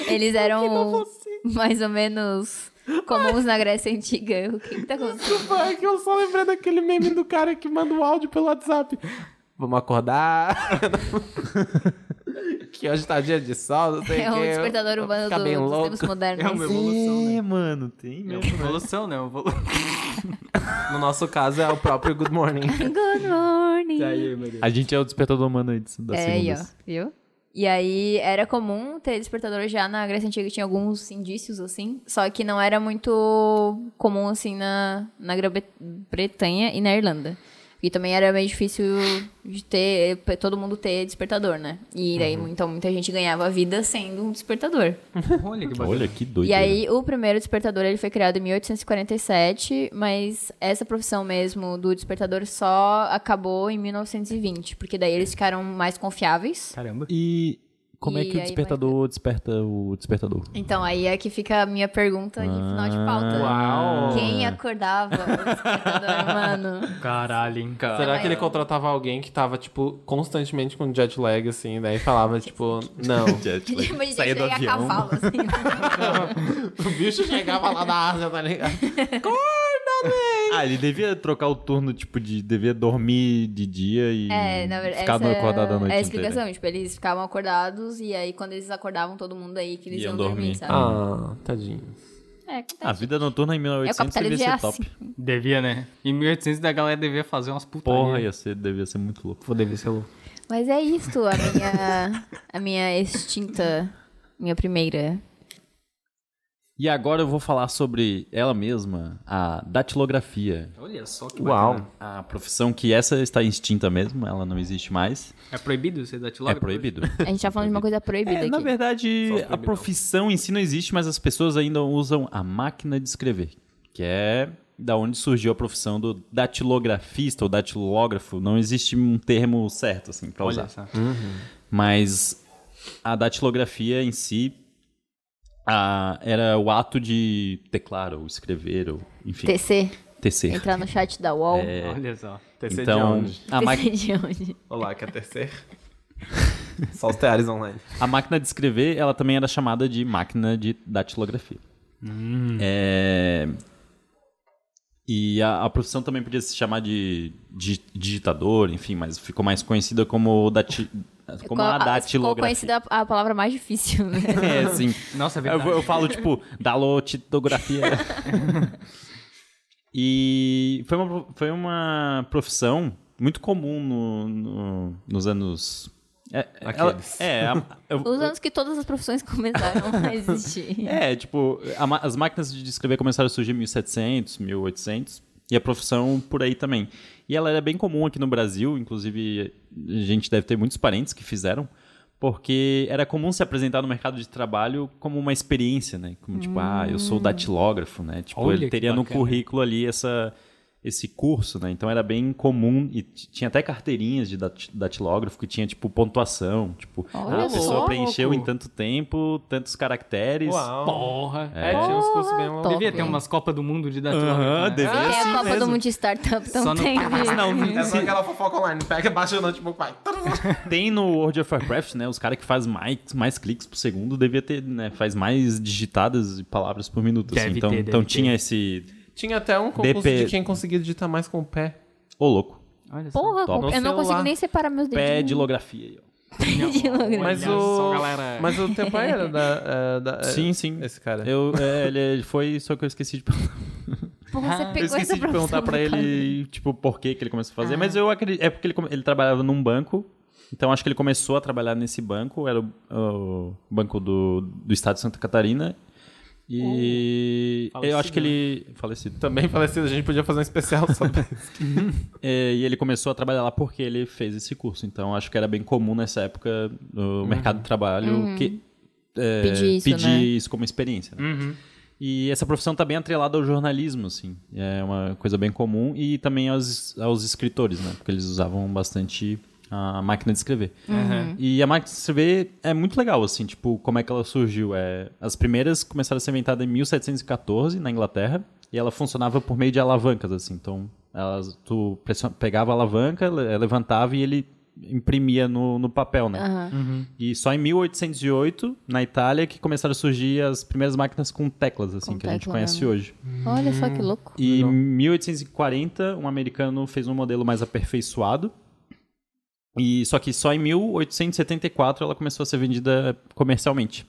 eles eram mais ou menos comuns na Grécia Antiga. O que que tá acontecendo? Vai, é que eu só lembrei daquele meme do cara que manda o áudio pelo WhatsApp. Vamos acordar. (laughs) que hoje tá dia de sol, não sei É o um quê. despertador Vou urbano ficar do, bem dos louco. tempos modernos. É uma evolução, né? É, mano, tem É mesmo. uma evolução, né? Uma evolu- (laughs) No nosso caso é o próprio Good (laughs) Morning. Good morning. A gente é o despertador humano aí da é, aí, ó, segunda. viu? E aí era comum ter despertador já na Grécia Antiga, tinha alguns indícios assim, só que não era muito comum assim na, na Grã-Bretanha e na Irlanda. E também era meio difícil de ter, pra todo mundo ter despertador, né? E daí, então, muita gente ganhava vida sendo um despertador. Olha que bacana. Olha que doido. E aí, o primeiro despertador ele foi criado em 1847, mas essa profissão mesmo do despertador só acabou em 1920, porque daí eles ficaram mais confiáveis. Caramba. E como é E que o aí, despertador desperta o despertador? (laughs) Então, aí é que fica a minha pergunta de final de pauta. Ah, Uau. Quem acordava o (laughs) despertador, mano? Caralho, hein, cara. Será que ele contratava alguém que tava, tipo, constantemente com jet lag, assim, daí (laughs) falava, tipo, não. (laughs) Mas gente Saía do Tipo, chega a avião. cavalo, (laughs) assim. O bicho chegava lá da Ásia, tá ligado? Ah, ele devia trocar o turno, tipo, de. Devia dormir de dia e. É, na verdade, Ficar essa acordado à noite. é inteira. a explicação. Tipo, eles ficavam acordados e aí quando eles acordavam, todo mundo aí que eles Iam iam, dormir, dormir. sabe? Ah, tadinho. É, A vida noturna em é o 1800 devia capitalismo ser é top. assim. Devia, né? Em 1800 da galera devia fazer umas putarias. Porra, ia ser, devia ser muito louco. Vou dever seu Mas é isto, a minha, a minha extinta, minha primeira. E agora eu vou falar sobre ela mesma, a datilografia. Olha só que Uau. A profissão que essa está extinta mesmo, ela não existe mais. É proibido você é (laughs) datilogra? proibido. A gente tá falando de uma coisa proibida É, na aqui. verdade, Só a proibidão. profissão em si não existe, mas as pessoas ainda usam a máquina de escrever, que é da onde surgiu a profissão do datilografista ou datilógrafo. Não existe um termo certo assim para usar. Olha só. Mas a datilografia em si a- era o ato de teclar ou escrever ou enfim, TC, tecer. entrar no chat da UOL. Olha só. TC Então, de onde? É, (laughs) a, ma- TC de onde? Olá, quer terceiro? Só os teares online. a máquina de escrever, ela também era chamada de máquina de datilografia. Hum. É, E a, a profissão também podia se chamar de, di- digitador, enfim, mas ficou mais conhecida como, dati, como a Ficou datilografia. conhecida a a palavra mais difícil, né? É, sim. Nossa, é Eu, verdade. vou- eu falo, tipo, (laughs) dalotitografia. e foi uma, foi uma profissão muito comum no- no- nos anos... É, ela- Aqueles. é, a- eu- Os anos que todas as profissões (laughs) começaram a existir. (laughs) É, tipo, a ma- as máquinas de escrever começaram a surgir em 1700, 1800, e a profissão por aí também. E ela era bem comum aqui no Brasil, inclusive a gente deve ter muitos parentes que fizeram, porque era comum se apresentar no mercado de trabalho como uma experiência, né? Como tipo, ah, eu sou datilógrafo, né? Tipo, Hum. Olha ele que teria no bacana. currículo ali essa esse curso, né? Então era bem comum e t- tinha até carteirinhas de dati- datilógrafo que tinha tipo pontuação, tipo, ah, Olha a pessoa só, preencheu em louco. tanto tempo, tantos caracteres. Porra. É, tinha uns cursos bem loucos. Top, Devia ter hein? umas Copas do Mundo de datilógrafo, Aham, né? devia. Tem Ah, a Copa do Mundo de Startup, então Só tá não tem. paga, não. É só aquela fofoca online. Pega, baixa o notebook, vai. Tem no World of Warcraft, né? Os caras que faz mais, mais cliques por segundo devia ter, né? Faz mais digitadas e palavras por minuto. assim. Deve Então, ter, deve então ter. tinha esse. Tinha até um concurso DP. de quem conseguia digitar mais com o pé. Ô, louco. Olha só. Porra, Top. eu não No consigo celular. nem separar meus Pé de dedinhos. lografia aí, ó. Aprendi logo, né? Mas Olha só, o. galera. Mas o teu pai era da. é, da- é, Sim, sim. Esse cara. Eu, é, ele, ele foi, só que eu esqueci de perguntar. Porra, você pegou Eu esqueci essa de perguntar profissão pra do cara. ele, tipo, por que que ele começou a fazer. Mas eu acredito. É porque ele, come- ele trabalhava num banco. Então acho que ele começou a trabalhar nesse banco. Era o, o banco do, do estado de Santa Catarina. E eu acho que ele. Falecido. Também falecido, a gente podia fazer um especial sobre. É, e ele começou a trabalhar lá porque ele fez esse curso. Então acho que era bem comum nessa época no mercado de trabalho que, é, Uhum. Pedir isso, pedir né? isso como experiência. né? E essa profissão tá bem atrelada ao jornalismo, assim. É uma coisa bem comum. E também aos, aos escritores, né? Porque eles usavam bastante a máquina de escrever. Uhum. E a máquina de escrever é muito legal, assim. Tipo, como é que ela surgiu. É, as primeiras começaram a ser inventadas em 1714, na Inglaterra. E ela funcionava por meio de alavancas, assim. Então, elas, tu pressio- pegava a alavanca, le- eh, levantava e ele imprimia no, no papel, né? Ah. E só em 1808, na Itália, que começaram a surgir as primeiras máquinas com teclas, assim, Com que a gente tecla conhece mesmo. hoje. Olha só que louco. E em 1840, um americano fez um modelo mais aperfeiçoado. E só que só em 1874 ela começou a ser vendida comercialmente.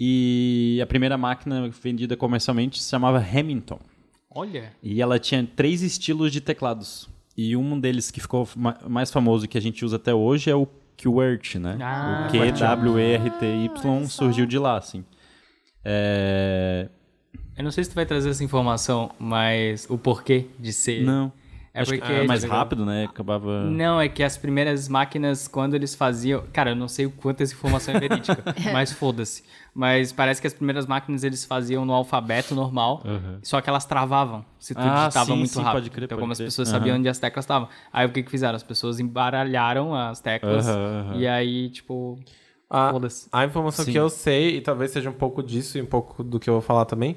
E a primeira máquina vendida comercialmente se chamava Hamilton. (laughs) Olha. E ela tinha três estilos de teclados. E um deles que ficou ma- mais famoso que a gente usa até hoje é o QWERTY, né? Ah, o Q-W-E-R-T-Y surgiu de lá, assim. É... Eu não sei se tu vai trazer essa informação, mas o porquê de ser. Não. É Acho que porque- era mais rápido, né? Acabava... Não, é que as primeiras máquinas, quando eles faziam. Cara, eu não sei o quanto essa informação é verídica, mas foda-se. Mas parece que as primeiras máquinas eles faziam no alfabeto normal, só que elas travavam se tu Ah, digitava sim, muito sim, rápido. pode crer, então, pode algumas crer. pessoas Aham. sabiam onde as teclas estavam. Aí o que que fizeram? As pessoas embaralharam as teclas, Aham, Ah. aham. e aí, tipo. A, Foda-se. a informação que eu sei, e talvez seja um pouco disso e um pouco do que eu vou falar também,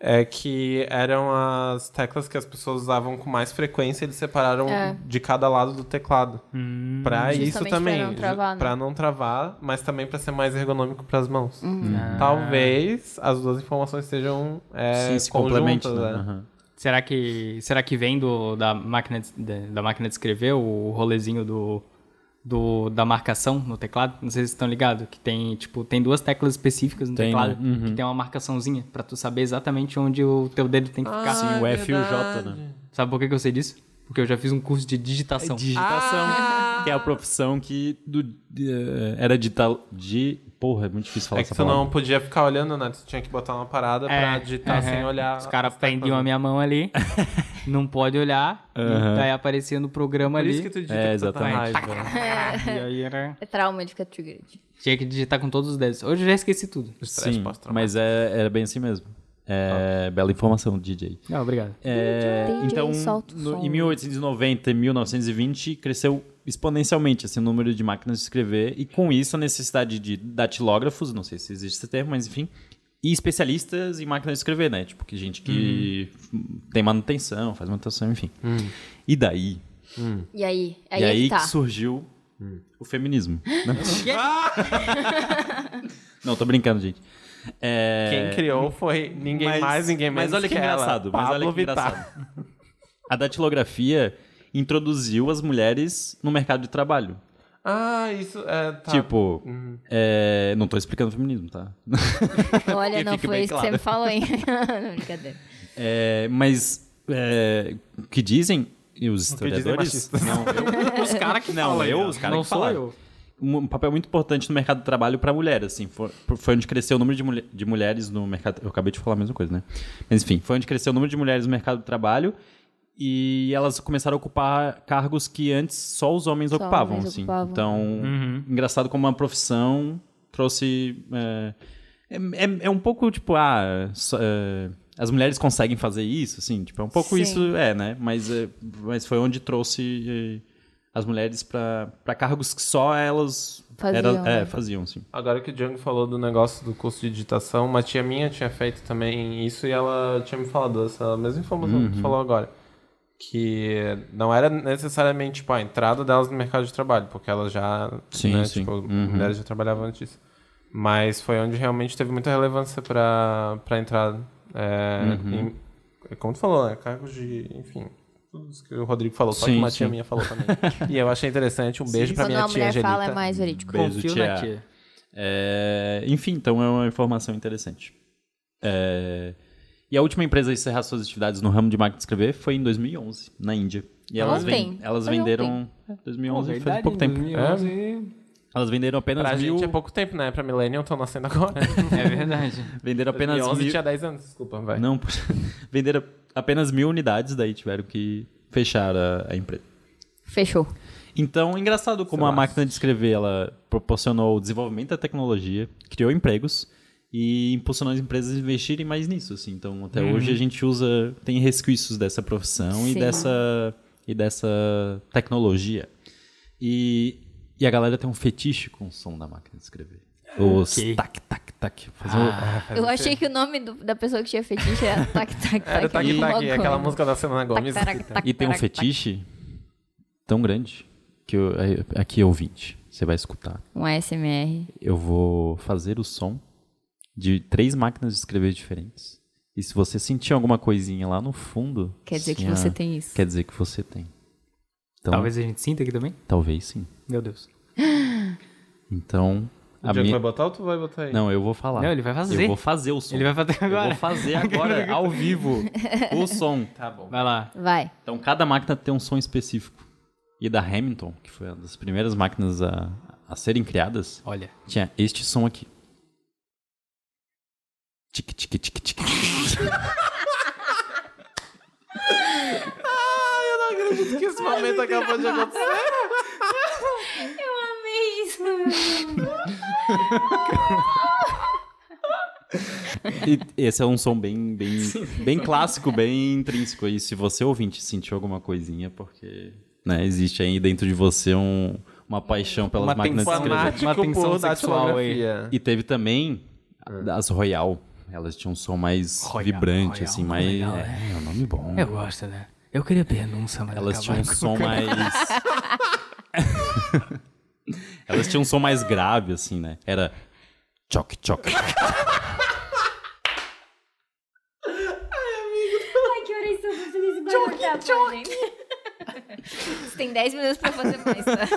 é que eram as teclas que as pessoas usavam com mais frequência, eles separaram É. de cada lado do teclado. Hum, Pra isso Justamente pra também, não travar, ju- né? pra não travar, mas também pra ser mais ergonômico pras mãos. Uhum. Uhum. Ah. Talvez as duas informações sejam é, Sim, se complementa, conjuntas. né? né? Aham. Será que, será que vem do, da, máquina de, da- da máquina de escrever o rolezinho do, do- da marcação no teclado? Não sei se vocês estão ligados, que tem, tipo, tem duas teclas específicas no Tem, teclado né? Uhum. que tem uma marcaçãozinha pra tu saber exatamente onde o teu dedo tem que ficar. Sim, o F e o J, né? Sabe por que que eu sei disso? Porque eu já fiz um curso de digitação. É Digitação, que é a profissão que do, de- eh, era digital... De... Porra, é muito difícil falar É que essa tu palavra. É, não podia ficar olhando, né? Tu tinha que botar uma parada pra digitar É, aham. sem olhar. Os caras as teclas, prendiam né? a minha mão (laughs) ali, não pode olhar, Aham. e daí aparecia no programa Por ali. Ah, isso que tu digita É, com tanta exatamente. raiva. E aí era... É trauma de ficar triggered. Tinha que digitar com todos os dedos. Hoje eu já esqueci tudo. Estresse Sim, pós-traumático. mas é, era bem assim mesmo. É, Bela informação, DJ. Não, obrigado. É, Entendi, então, solta o no- som. em 1890 e 1920, cresceu exponencialmente esse número de máquinas de escrever, e com isso a necessidade de datilógrafos, não sei se existe esse termo, mas enfim, e especialistas em máquinas de escrever, né? Tipo, que gente que Uhum. f- tem manutenção, faz manutenção, enfim. E daí? E aí? Aí, e é aí que tá. que surgiu Uhum. o feminismo. (laughs) né? (laughs) não, tô brincando, gente. É... Quem criou foi ninguém Mas- mais, ninguém mas menos olha que ela, engraçado, mas Pablo olha que Vittar. engraçado. (laughs) A datilografia introduziu as mulheres no mercado de trabalho. Ah, isso é. Tá. Tipo, é, não tô explicando feminismo, tá? Olha, Que não fique foi bem isso que claro. você me falou, (laughs) hein? não, brincadeira. É, mas é, o que dizem e os que dizem historiadores? machistas. Não, eu, (laughs) os caras que não, eu, os caras Não que sou falaram. eu. um um papel muito importante no mercado de trabalho para mulher, assim. Foi, foi onde cresceu o número de, mulher- de mulheres no mercado. Eu acabei de falar a mesma coisa, né? Mas enfim, foi onde cresceu o número de mulheres no mercado de trabalho e elas começaram a ocupar cargos que antes só os homens Só ocupavam, homens assim. ocupavam. Então, engraçado como uma profissão trouxe. É, é, é- é um pouco tipo, ah. só- é, as mulheres conseguem fazer isso, assim, tipo, é um pouco Sim. isso, é, né? Mas, é, mas foi onde trouxe é, as mulheres para cargos que só elas Faziam, né? é, faziam, sim. Agora que o Django falou do negócio do curso de digitação, uma tia minha tinha feito também isso e ela tinha me falado essa mesma informação Uhum. que tu falou agora. Que não era necessariamente tipo, a entrada delas no mercado de trabalho, porque elas já. Sim, né, sim. Tipo, Uhum. mulheres já trabalhavam antes disso. Mas foi onde realmente teve muita relevância Uhum. é pra, pra entrar. É, em- como tu falou, né? Cargos de. Enfim. tudo isso que o Rodrigo falou, só que Sim, uma tia sim. minha falou também. e eu achei interessante. Um beijo pra Quando minha uma tia mulher Angelita. fala é mais verídico. Beijo, Confio tia. na tia. É, enfim, então é uma informação interessante. É, e a última empresa a encerrar suas atividades no ramo de máquina de escrever foi em 2011, na Índia. E elas, Ontem. ven- elas Foi venderam. é, 2011 faz pouco tempo. É? Elas venderam apenas Pra mil. gente é pouco tempo, né? Pra Millennium, estão nascendo (laughs) agora. É verdade. Venderam apenas 2011 mil. tinha 10 anos, desculpa, vai. Não, poxa, (laughs) venderam apenas mil unidades, daí tiveram que fechar a, a empresa. Fechou. Então, engraçado como Sei a lá. máquina de escrever ela proporcionou o desenvolvimento da tecnologia, criou empregos e impulsionou as empresas a investirem mais nisso. assim. Então, até hoje a gente usa, tem resquícios dessa profissão e Sim. dessa, e dessa tecnologia. E, e a galera tem um fetiche com o som da máquina de escrever. Os Ok. tac, tac, tac. Fazer um o- Eu achei que o nome do- da pessoa que tinha (laughs) fetiche era Tac Tac Tac. Era Tac alguma é Tac, coisa. tá aquela música da Selena Tac, Gomes. tarac, tac, E tem um tarac, tac. fetiche tão grande que eu, aqui ouvinte, você vai escutar. Um ASMR. Eu vou fazer o som de três máquinas de escrever diferentes. E se você sentir alguma coisinha lá no fundo, Quer dizer que sim, você ah, tem isso. Quer dizer que você tem. Então, talvez, (laughs) Talvez a gente sinta aqui também. sim. Meu Deus. Então, O a Diogo minha... vai botar ou tu vai botar aí? não, eu vou falar. Não, ele vai fazer. Eu vou fazer o som. Ele vai fazer Eu agora. vou (laughs) fazer agora ao vivo o som. Tá bom. Vai lá. Vai. Então, cada máquina tem um som específico. E da Hamilton, que foi uma das primeiras máquinas a, a serem criadas, Olha. tinha este som aqui. Tic, tic, tic, tic, (laughs) tic. (laughs) que esse momento acabou de acontecer. E esse é um som bem, bem, bem clássico, bem intrínseco. E se você ouvinte sentiu alguma coisinha, porque né, existe aí dentro de você um- uma paixão pelas Uma máquinas de tensão, escrever. né? Uma Fanático tensão por sexual aí. datilografia. E teve também as Royal. Elas tinham um som mais Royal, vibrante, Royal, assim, mais. Royal, é, é um nome bom. Eu gosto, né? Eu queria denúncia, mas Elas tinham acabaram um com- som mais. (laughs) Elas tinham um som mais grave, assim, né? Era. Choc, choc. Ai, que horas eu vou fazer esse barulho da Você tem 10 minutos pra fazer mais, tá?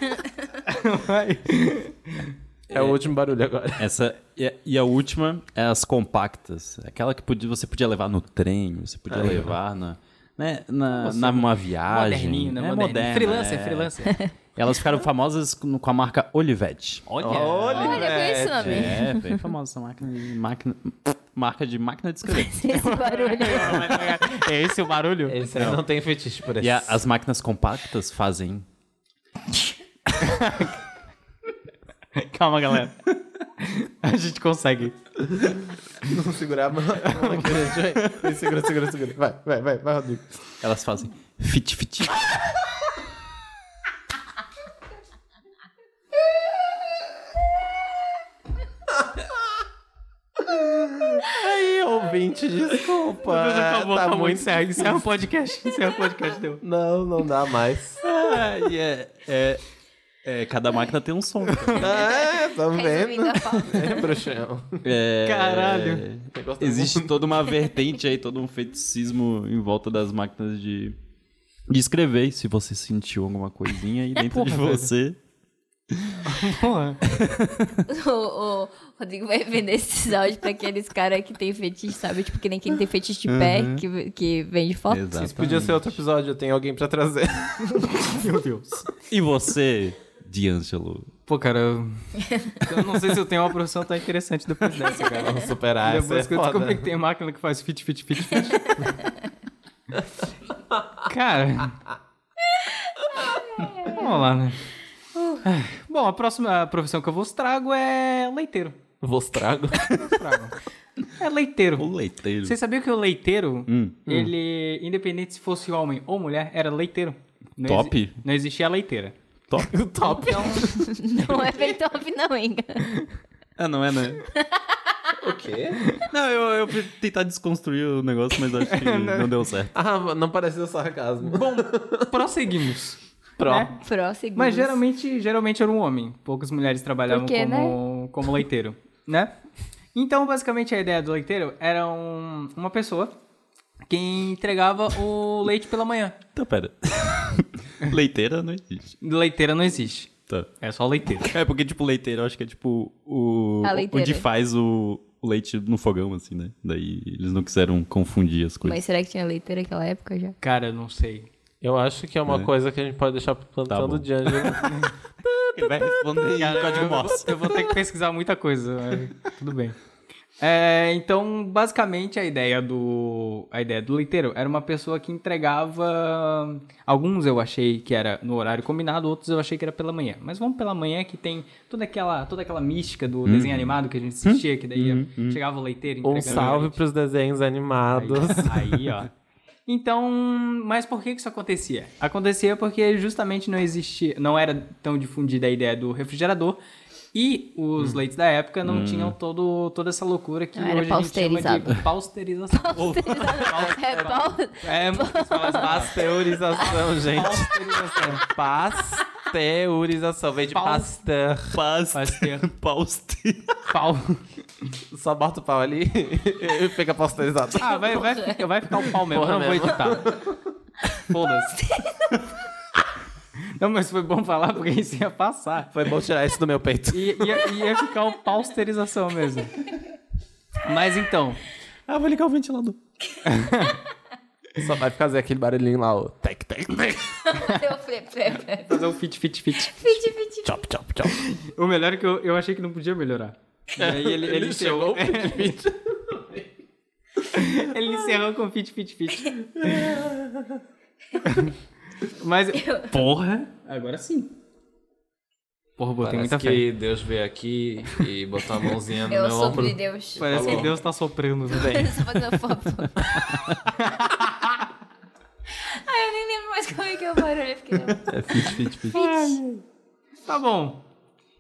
É o último barulho agora. Essa, e, a- e a última é as compactas. Aquela que podia, você podia levar no trem, você podia levar na. Né, na, na uma viagem. Moderninho, né? É Moderninho. moderna, freelancer, é. (laughs) freelancer. Elas ficaram famosas com com a marca Olivetti. Olha. (laughs) Olha, eu conheço esse nome. É, (laughs) bem famosa essa máquina, de- máquina. Marca de máquina de escrever. Esse barulho. É esse o barulho? (laughs) Esse aí não tem fetiche por (laughs) E esse. a- as máquinas compactas fazem (laughs) Calma, galera. A gente consegue. Não segurar (laughs) a mão. Vai, Segura, segura, segura. Vai, vai, vai, vai, Rodrigo. Elas fazem fit, fit. Aí, ouvinte, desculpa. acabou, tá acabou. é, muito... Encerra, encerra o um podcast. Encerra o podcast, deu. Não, não dá mais. é, é, é, cada máquina tem um som. É, tamo vendo. Resumindo a pauta. É, bruxão. (laughs) É, Caralho. Negócio tá Existe toda uma vertente aí, todo um feticismo em volta das máquinas de, de escrever. E Se você sentiu alguma coisinha (laughs) aí dentro de você. Porra. O, o Rodrigo vai vender esses áudios pra aqueles caras que tem fetiche, sabe? Tipo, que nem quem tem fetiche de pé, Uhum. que, que vende foto. Exatamente. Podia ser outro episódio, eu tenho alguém pra trazer. (laughs) Meu Deus. E você, D'Angelo? Pô, cara, eu... (laughs) eu não sei se eu tenho uma profissão tão interessante depois dessa, cara. Vamos superar essa. Depois É que eu descobri foda. que tem máquina que faz fit, fit, fit, fit. Cara. Vamos lá, né? Ah, Bom, a próxima profissão que eu vos trago é leiteiro. Vos trago. É leiteiro. O leiteiro. Vocês sabiam que o leiteiro, Hum. ele, independente se fosse homem ou mulher, era leiteiro. Não Top. exi- não existia leiteira. Top. Não é bem top, não, hein? Ah, não é, né? O quê? Não, eu, eu fui tentar desconstruir o negócio, mas acho que não deu certo. Ah, não pareceu sarcasmo. (laughs) Bom, prosseguimos. Pro. Né? Próximo. Mas geralmente, geralmente era um homem. Poucas mulheres trabalhavam Por quê, como, como leiteiro, né? Então, basicamente, a ideia do leiteiro era um- uma pessoa quem entregava o leite pela manhã. Então, pera. (laughs) Leiteira não existe. Leiteira não existe. Tá. É só leiteira. É porque, tipo, leiteira, eu acho que é tipo o. A leiteira. onde faz o, o leite no fogão, assim, né? Daí eles não quiseram confundir as coisas. Mas será que tinha leiteira naquela época já? Cara, eu não sei. Eu acho que é uma coisa que a gente pode deixar plantando Tá bom. de anjo. Ele (laughs) vai responder em código Morse. Eu vou ter que pesquisar muita coisa, mas tudo bem. É, então, basicamente, a ideia do a ideia do leiteiro era uma pessoa que entregava. Alguns eu achei que era no horário combinado, outros eu achei que era pela manhã. Mas vamos pela manhã que tem toda aquela toda aquela mística do desenho animado que a gente assistia, que daí chegava o leiteiro entregando. Um salve leite. pros desenhos animados. (laughs) Aí, aí, ó. Então, mas por que que isso acontecia? Acontecia porque justamente não existia, não era tão difundida a ideia do refrigerador e os leites da época não tinham todo, toda essa loucura que Não, era hoje a gente chama de pasteurizado. pasteurização. É pau. é, muito difícil falar isso. Pasteurização, gente. "Ah, pasteurização. (laughs) Pasteurização. Vem de Paus- pasteur. Pasteur. (laughs) Pauste. Pau. Só bota o pau ali (laughs) e fica pasteurizado. Ah, vai, vai, ficar- vai ficar o pau mesmo, Porra não mesmo. vou editar. Foda-se. Não, mas foi bom falar porque isso ia passar. Foi bom tirar isso do meu peito. Ia, ia, ia ficar o pausterização mesmo. Mas então, Ah, vou ligar o ventilador. (laughs) Só vai fazer aquele barulhinho lá, ó. Tec, tec, tec. Deu flip, flip, flip. fazer um fit, fit, fit. Fit, fit. Chop, chop, chop. O melhor é que eu, eu achei que não podia melhorar. E aí (laughs) ele, ele, encerrou. (laughs) ele encerrou com fit, fit, (laughs) fit. Mas. Porra! Agora sim. Porra, botei muita fé. Deus veio aqui e botou a mãozinha no Eu sou de Deus. Parece que Deus tá soprando. Bem. Só fazer um foto. Ai, eu nem lembro mais como é que é o barulho. Eu fiquei... É fit, fit, fit. Tá bom.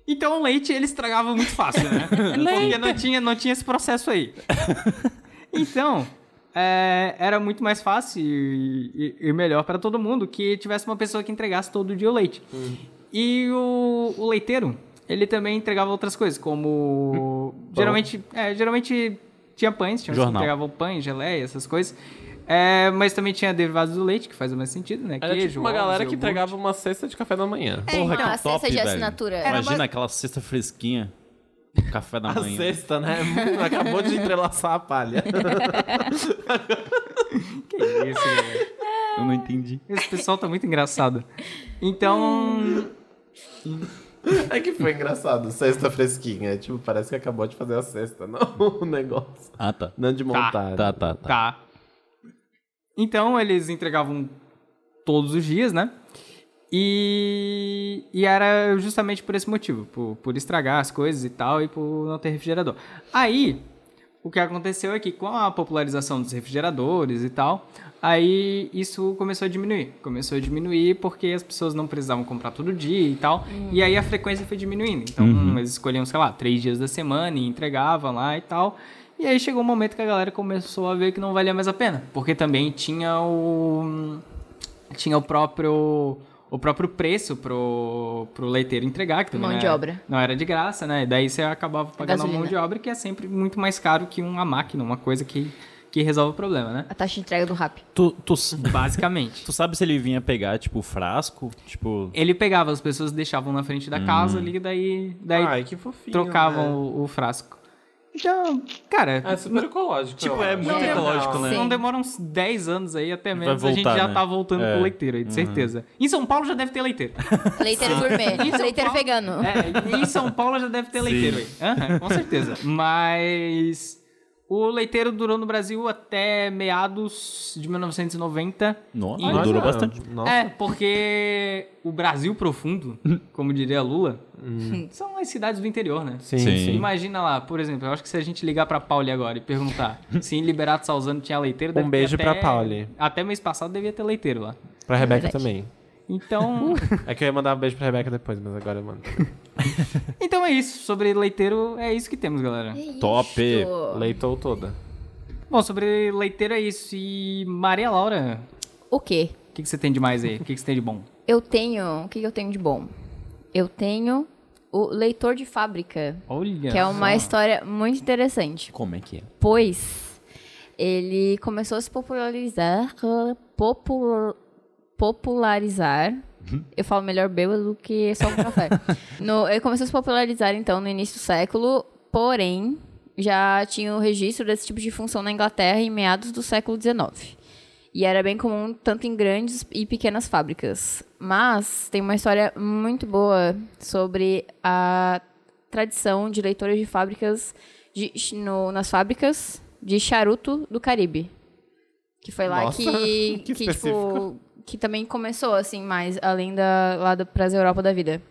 Então o leite ele estragava muito fácil, (laughs) né? Porque não tinha, não tinha esse processo aí. Então, é, era muito mais fácil e, e- e melhor para todo mundo que tivesse uma pessoa que entregasse todo dia o leite. Hum. E o, o leiteiro, ele também entregava outras coisas, como. Hum. geralmente, é, geralmente tinha pães, tinha uns que Jornal. entregavam pães, geleia, essas coisas. É, mas também tinha derivados do leite, que faz o mais sentido, né? Era Queijo, tipo uma ovos, galera que iogurte. entregava uma cesta de café da manhã. Porra, então, que a top, cesta de velho. assinatura. É, Era Imagina aquela cesta fresquinha. (laughs) Café da A manhã. cesta, né? (laughs) Hum, Acabou de entrelaçar a palha. Que isso, né? galera? Eu não entendi. Esse pessoal tá muito engraçado. Então. É que foi engraçado. Cesta fresquinha. Tipo, parece que acabou de fazer a cesta, não (laughs) o negócio. Ah, tá. Não de montar. Tá, tá, tá. Tá. Então eles entregavam todos os dias, né? E, e era justamente por esse motivo, por, por estragar as coisas e tal, e por não ter refrigerador. Aí, o que aconteceu é que com a popularização dos refrigeradores e tal, aí isso começou a diminuir. Começou a diminuir porque as pessoas não precisavam comprar todo dia e tal, e aí a frequência foi diminuindo. Então, eles escolhiam, sei lá, três dias da semana e entregavam lá e tal. E aí chegou um momento que a galera começou a ver que não valia mais a pena, porque também tinha o tinha o próprio o próprio preço pro, pro leiteiro entregar, que também Mão não de era- obra. Não era de graça, né? E daí você acabava pagando a mão gasolina. de obra, que é sempre muito mais caro que uma máquina, uma coisa que, que resolve o problema, né? Tá, A taxa de entrega do rap. Tu, tu, Basicamente. (laughs) tu sabe se ele vinha pegar, tipo, frasco? Tipo. Ele pegava, as pessoas deixavam na frente da Uhum. casa ali, daí, daí Ai, que fofinho. trocavam Ah, né? o, o frasco. Então, cara, É super ecológico. Tipo, eu é acho. muito Não, ecológico, né? não. não Sim. Então demora uns 10 anos aí, até Vai menos a gente voltar, já né? tá voltando É. pro leiteiro aí, Uhum. de certeza. Em São Paulo já deve ter leiteiro. Leiteiro gourmet. (laughs) Em São Leiteiro Paulo- vegano. É, em São Paulo já deve ter leiteiro aí. Aham, com certeza. Mas o leiteiro durou no Brasil até meados de 1990. Nossa, Olha, durou Ah, bastante. Nossa. É, porque o Brasil profundo, como diria Lula, são as cidades do interior, né? Hum. Sim, Sim. sim. Imagina lá, por exemplo, eu acho que se a gente ligar pra Pauli agora e perguntar se em Liberato Salzano tinha leiteiro... deve ter Um beijo pra até- Pauli. Até mês passado devia ter leiteiro (laughs) lá. Pra Rebeca verdade. também. Então... É que eu ia mandar um beijo pra Rebeca depois, mas agora eu mando. então é isso. Sobre leiteiro, é isso que temos, galera. Top. Leitou toda. Bom, sobre leiteiro é isso. E Maria Laura, O quê? o que, que você tem de mais aí? O que, que você tem de bom? Eu tenho... O que que eu tenho de bom? Eu tenho o leitor de fábrica. (laughs) Olha. é Que é uma história muito interessante. Como é que é? Pois ele começou a se popularizar, popul- popularizar. Eu falo melhor bêbado do que só com (laughs) café. No- ele começou a se popularizar, então, no início do século, porém, já tinha o registro desse tipo de função na Inglaterra em meados do século XIX. E era bem comum tanto em grandes e pequenas fábricas. Mas tem uma história muito boa sobre a tradição de leitores de fábricas de, no- nas fábricas de charuto do Caribe. Que foi lá Nossa, que, (laughs) que que, específico. tipo, que também começou, assim, mais além da, lá da, pras Europa da vida.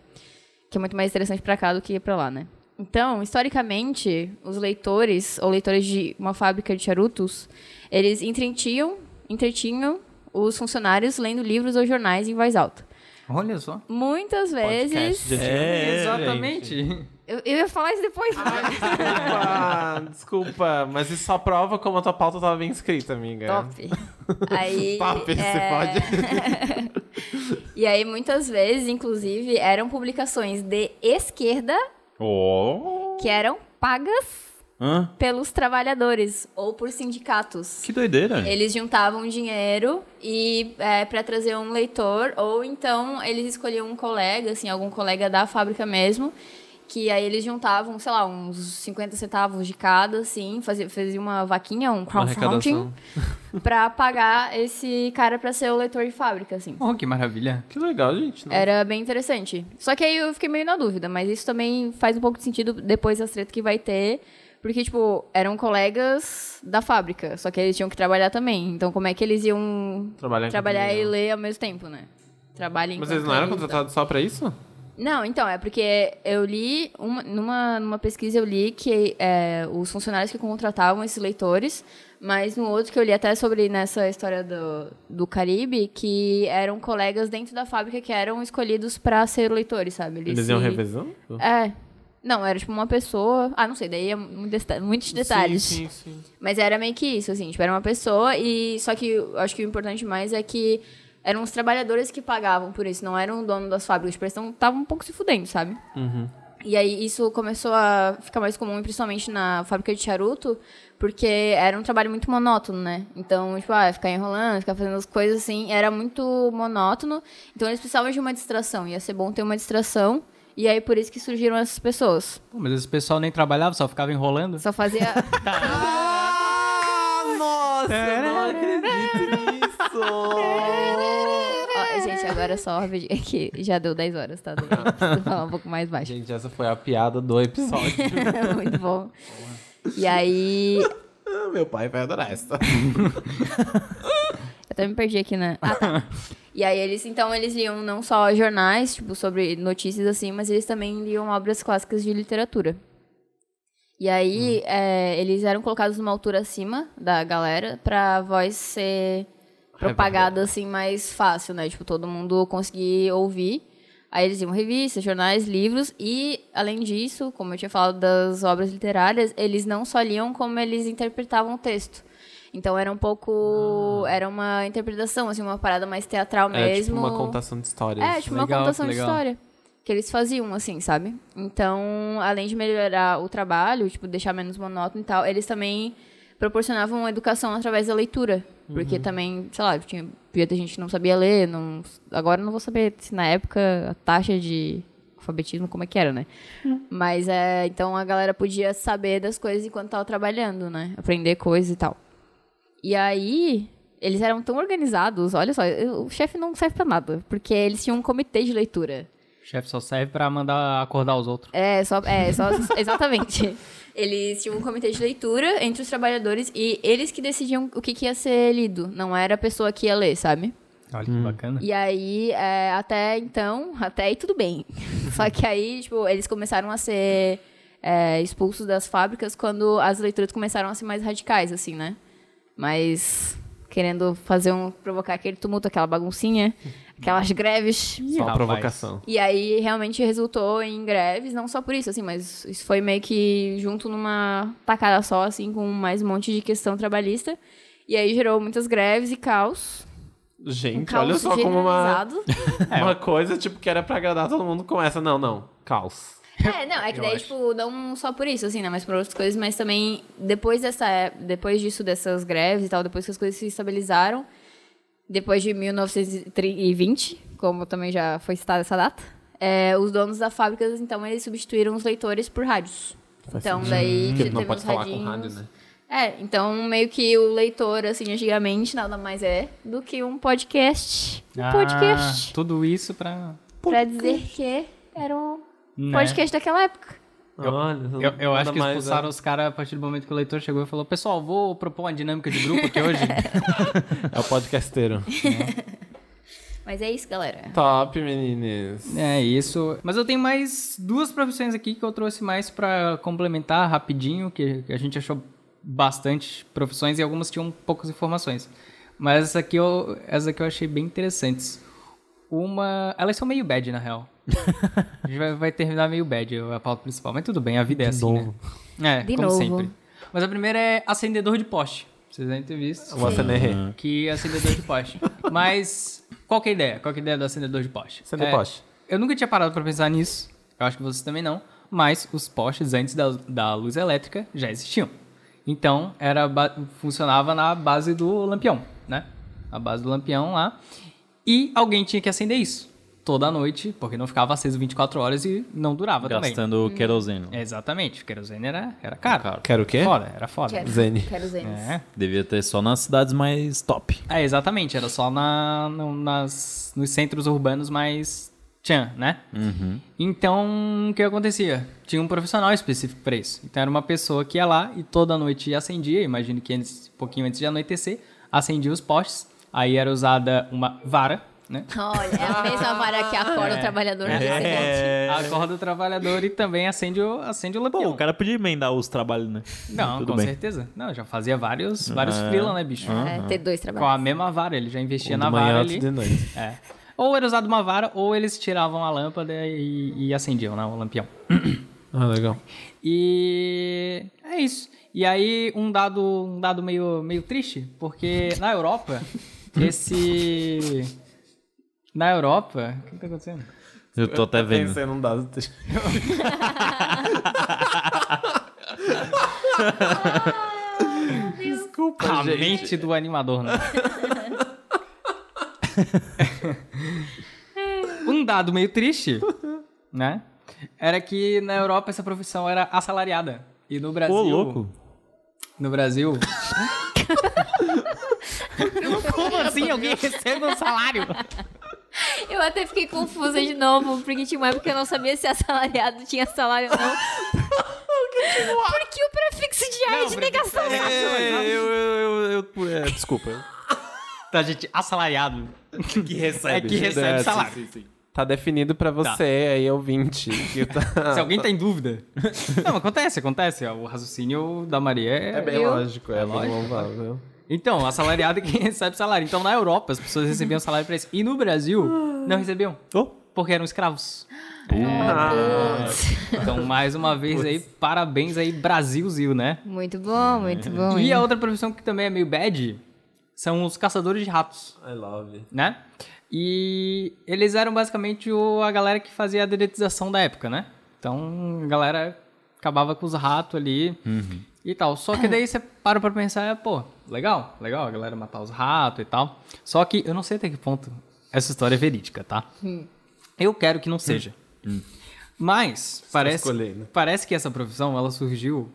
Que é muito mais interessante pra cá do que pra lá, né? Então, historicamente, os leitores, ou leitores de uma fábrica de charutos, eles entretinham, entretinham os funcionários lendo livros ou jornais em voz alta. Olha só. Muitas vezes... É, Exatamente. Eu, eu ia falar isso depois. (laughs) Desculpa, Ah, desculpa, mas isso só prova como a tua pauta tava bem escrita, amiga. Top. (laughs) Aí, é, Top, você um E aí, muitas vezes, inclusive, eram publicações de esquerda Oh. que eram pagas Hã? pelos trabalhadores ou por sindicatos. Que doideira. Eles juntavam dinheiro e é, para trazer um leitor, ou então eles escolhiam um colega, assim, algum colega da fábrica mesmo, que aí eles juntavam, sei lá, uns 50 centavos de cada, assim, fazia, fazia uma vaquinha, um Uma crowdfunding, arrecadação. para pagar esse cara para ser o leitor de fábrica, assim. Oh, que maravilha. Que legal, gente. né? Nossa. Era bem interessante. Só que aí eu fiquei meio na dúvida, mas isso também faz um pouco de sentido depois das tretas que vai ter. Porque, tipo, eram colegas da fábrica, só que eles tinham que trabalhar também. Então, como é que eles iam Trabalhar, em trabalhar e companhia. ler ao mesmo tempo, né? Trabalhem Mas eles não eram contratados só pra isso? Não, então, é porque eu li, uma- numa, numa pesquisa eu li que é, os funcionários que contratavam esses leitores, mas no outro que eu li até sobre nessa história do, do Caribe, que eram colegas dentro da fábrica que eram escolhidos para ser leitores, sabe? Eles se- (laughs) iam revezando? É. Não, era tipo uma pessoa. Ah, não sei, daí é muito desta- muitos detalhes. Sim, sim, sim. Mas era meio que isso, assim, tipo, era uma pessoa e... Só que eu acho que o importante mais é que eram os trabalhadores que pagavam por isso, não eram o dono das fábricas, tipo, eles estavam um pouco se fudendo, sabe? E aí isso começou a ficar mais comum, principalmente na fábrica de charuto, porque era um trabalho muito monótono, né? Então, tipo, ah, ficar enrolando, ficar fazendo as coisas assim, era muito monótono. Então eles precisavam de uma distração, ia ser bom ter uma distração. E aí por isso que surgiram essas pessoas. Pô, mas esse pessoal nem trabalhava, só ficava enrolando. Só fazia Ah, nossa, eu não acredito nisso! Ó, gente, agora só rapidinho, é que já deu 10 horas, tá? Tudo bem, Preciso falar um pouco mais baixo. Gente, essa foi a piada do episódio. (laughs) Muito bom. E aí. Ah, Meu pai vai adorar essa. (laughs) Eu até me perdi aqui, né? Ah, tá. E aí eles, então, eles liam não só jornais, tipo, sobre notícias assim, mas eles também liam obras clássicas de literatura. E Uhum. aí, eh, eles eram colocados numa altura acima da galera pra voz ser propagada, assim, mais fácil, né? Tipo, todo mundo conseguir ouvir. Aí eles iam revistas, jornais, livros e, além disso, como eu tinha falado das obras literárias, eles não só liam como eles interpretavam o texto. Então era um pouco... Era uma interpretação, assim, uma parada mais teatral Era mesmo. Ah. tipo uma contação de histórias. É, tipo uma Legal, contação legal. de história. Que eles faziam, assim, sabe? Então, além de melhorar o trabalho, tipo, deixar menos monótono e tal, eles também proporcionavam uma educação através da leitura. Porque Uhum. também, sei lá, tinha, podia ter gente que não sabia ler, não, agora eu não vou saber se na época a taxa de alfabetismo como é que era, né? Mas, é, então a galera podia saber das coisas enquanto tava trabalhando, né? Aprender coisas e tal. E aí, eles eram tão organizados, olha só, eu- o chefe não serve pra nada, porque eles tinham um comitê de leitura. O chefe só serve pra mandar acordar os outros. É, só, é, só (laughs) exatamente. Eles tinham um comitê de leitura entre os trabalhadores e eles que decidiam o que, que ia ser lido, não era a pessoa que ia ler, sabe? Olha que bacana. E aí, é, até então, até aí tudo bem. Uhum. Só que aí, tipo, eles começaram a ser é, expulsos das fábricas quando as leituras começaram a ser mais radicais, assim, né? Mas querendo fazer um. provocar aquele tumulto, aquela baguncinha, aquelas greves. Só uma rapaz. provocação. E aí realmente resultou em greves, não só por isso, assim, mas isso foi meio que junto numa tacada só, assim, com mais um monte de questão trabalhista. E aí gerou muitas greves e caos. Um Gente, caos olha só como uma, generalizado. uma coisa tipo que era pra agradar todo mundo com essa. Não, não. Caos. É, não, é que Eu daí, acho. tipo, não só por isso, assim, né? Mas por outras coisas, mas também depois dessa. é, Depois disso, dessas greves e tal, depois que as coisas se estabilizaram, depois de 1920, como também já foi citada essa data, é, os donos das fábricas, então, eles substituíram os leitores por rádios. então, daí. Porque teve não pode uns falar com radinhos. rádio, né? É, então meio que o leitor, assim, antigamente nada mais é do que um podcast. Um Ah, podcast. Tudo isso pra. Pra dizer que era um Né? podcast daquela época. Olha, Eu, eu acho que mais, expulsaram os caras a partir do momento que o leitor chegou e falou: Pessoal, vou propor uma dinâmica de grupo aqui (laughs) hoje. É, é o podcasteiro. Mas é isso, galera. (laughs) Top, meninas. É isso. Mas eu tenho mais duas profissões aqui que eu trouxe mais pra complementar rapidinho, que que a gente achou bastante profissões e algumas tinham poucas informações. Mas essa aqui eu, essa aqui eu achei bem interessantes. Uma. Elas são meio bad, na real. a gente vai, vai terminar meio bad a pauta principal, mas tudo bem, a vida é assim. novo. Né? É, De como novo. sempre. Mas a primeira é acendedor de poste. Vocês devem ter visto Você nerrei. que é acendedor de poste. Mas qual que é a ideia? Qual que é a ideia do acendedor de poste? Acender É, poste. Eu nunca tinha parado pra pensar nisso. Eu acho que vocês também não. Mas os postes antes da, da luz elétrica já existiam. Então, era ba- funcionava na base do lampião, né? A base do lampião lá. E alguém tinha que acender isso toda noite, porque não ficava aceso 24 horas e não durava também. Gastando querosene. Exatamente, o querosene era, era caro. Caro. Quero o quê? Foda, era foda. Quero, Zene. quero Zenes. É. Devia ter só nas cidades mais top. É, exatamente, era só na, no- nas, nos centros urbanos mais tchan, né? Uhum. Então, o que acontecia? Tinha um profissional específico para isso. Então, era uma pessoa que ia lá e toda noite acendia, imagino que antes, um pouquinho antes de anoitecer, acendia os postes. Aí era usada uma vara, né? Olha, é a mesma vara que acorda É. o trabalhador é. no dia seguinte. Acorda o trabalhador e também acende o, acende o lampião. É. Pô, o cara podia emendar os trabalhos, né? Não, Tudo com bem. Ah. certeza. Não, já fazia vários, vários frila, né, bicho? É, ter dois Com trabalhos. a mesma vara, ele já investia Um na de manhã, vara outro ali. (laughs) de noite. É. Ou era usado uma vara, ou eles tiravam a lâmpada e, e acendiam, né? O lampião. Ah, legal. E é isso. E aí, um dado, um dado meio, meio triste, porque na (laughs) Europa, esse. Na Europa. O que que tá acontecendo? Eu tô Tá até vendo. Pensei num dado triste. A mente do animador, né? (laughs) um dado meio triste, né? Era que na Europa essa profissão era assalariada. E no Brasil. Ô, louco. No Brasil. (laughs) Como assim? Alguém recebe um salário? Eu até fiquei confusa de novo, porque tinha uma época que eu não sabia se assalariado tinha salário (laughs) ou não. Porque o prefixo de ar é de negação. é, eu, eu, eu, é, desculpa. Tá, gente, assalariado. Que recebe. É que recebe salário. Tá definido pra você (laughs) aí, ouvinte. Que tá... Se alguém tá em dúvida. (laughs) Não, acontece, acontece. O raciocínio da Maria é É bem lógico, é, bem louvável. Então, assalariado é quem (laughs) recebe salário. Então, na Europa, as pessoas recebiam salário pra isso. E no Brasil, não recebiam. Porque eram escravos. Ah. Então, mais uma vez aí, parabéns aí, Brasilzil, né? Muito bom, muito bom. E a outra profissão que também é meio bad são os caçadores de ratos, I love. né? E eles eram basicamente o- a galera que fazia a dedetização da época, né? Então, a galera acabava com os ratos ali e tal. Só que daí você para pra pensar, pô, legal, legal a galera matar os ratos e tal. Só que eu não sei até que ponto essa história é verídica, tá? Eu quero que não seja. Mas parece, tá escolhendo. parece que essa profissão ela surgiu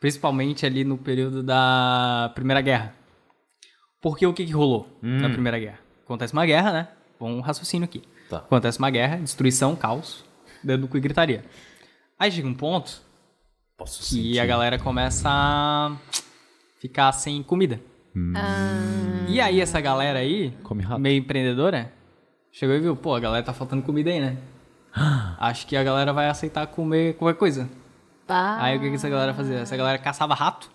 principalmente ali no período da Primeira Guerra. Porque o que, que rolou Hum. na Primeira Guerra? Acontece uma guerra, né? Bom raciocínio aqui. Tá. Acontece uma guerra, destruição, caos, dando cu e gritaria. Aí chega um ponto Posso que a galera começa a ficar sem comida. E aí essa galera aí, Come rato. meio empreendedora, chegou e viu, pô, a galera tá faltando comida (gasps) aí, né? Acho que a galera vai aceitar comer qualquer coisa. Pá. Aí o que, que essa galera fazia? Essa galera caçava rato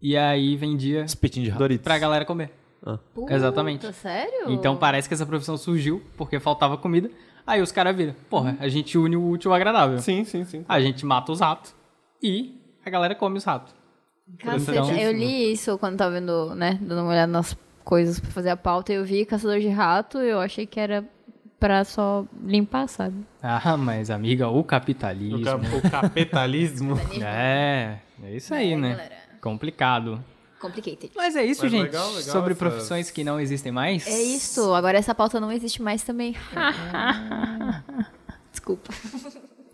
e aí vendia Espetinho de rato. Doritos. pra galera comer. Puta, Exatamente. Sério? Então parece que essa profissão surgiu porque faltava comida. Aí os caras viram, porra, a gente une o útil ao agradável. Sim, sim, sim. A gente mata os ratos e a galera come os ratos. então. Cacete, eu li isso quando tava vendo, né, dando uma olhada nas coisas pra fazer a pauta, eu vi Caçador de Rato, eu achei que era pra só limpar, sabe? Ah, mas amiga, o capitalismo. O, cap- (laughs) o capitalismo. É, é isso aí, né? Complicado. Complicated. Mas é isso, Mas gente. legal, legal sobre essas- profissões que não existem mais. É isso, agora essa pauta não existe mais (laughs) também. Desculpa.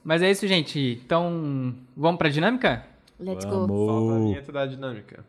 Mas é isso, gente. Então, vamos pra dinâmica? Let's go. Falta a vinheta da dinâmica.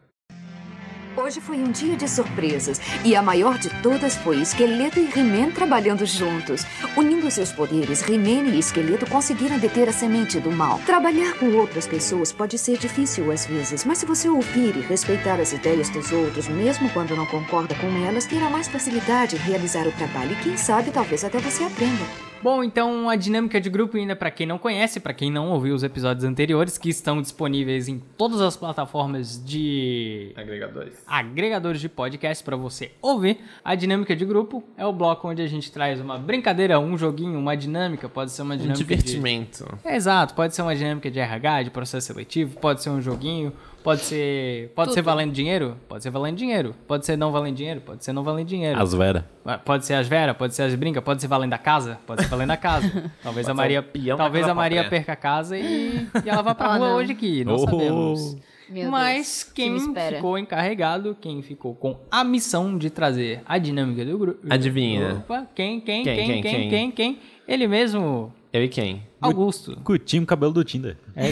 Hoje foi um dia de surpresas e a maior de todas foi Esqueleto e He-Man trabalhando juntos. Unindo seus poderes, He-Man e Esqueleto conseguiram deter a semente do mal. Trabalhar com outras pessoas pode ser difícil às vezes, mas se você ouvir e respeitar as ideias dos outros, mesmo quando não concorda com elas, terá mais facilidade em realizar o trabalho e quem sabe talvez até você aprenda. Bom, então a dinâmica de grupo ainda pra quem não conhece, pra quem não ouviu os episódios anteriores que estão disponíveis em todas as plataformas de Agregadores. agregadores de podcast pra você ouvir. A dinâmica de grupo é o bloco onde a gente traz uma brincadeira, um joguinho, uma dinâmica, pode ser uma Um dinâmica de divertimento. É, Exato, pode ser uma dinâmica de RH, de processo seletivo, pode ser um joguinho, pode ser. Pode ser valendo dinheiro? Pode ser valendo dinheiro. Pode ser não valendo dinheiro, pode ser não valendo dinheiro. As Vera. Ah, Pode ser as Vera, pode ser as Brinca, pode ser valendo a casa, pode ser valendo a (laughs) casa. Talvez a Maria, peão talvez naquela a Maria papel. perca a casa e, e ela vá pra rua hoje aqui, não Oh. sabemos. Ah, Meu Mas Deus, quem que me espera. ficou encarregado, quem ficou com a missão de trazer a dinâmica do grupo. Adivinha. Opa, quem, quem, Quem, quem, quem, quem, quem, quem? Ele mesmo, Eu e quem? Augusto. Curtindo o cabelo do Tinder. É, Cabelo do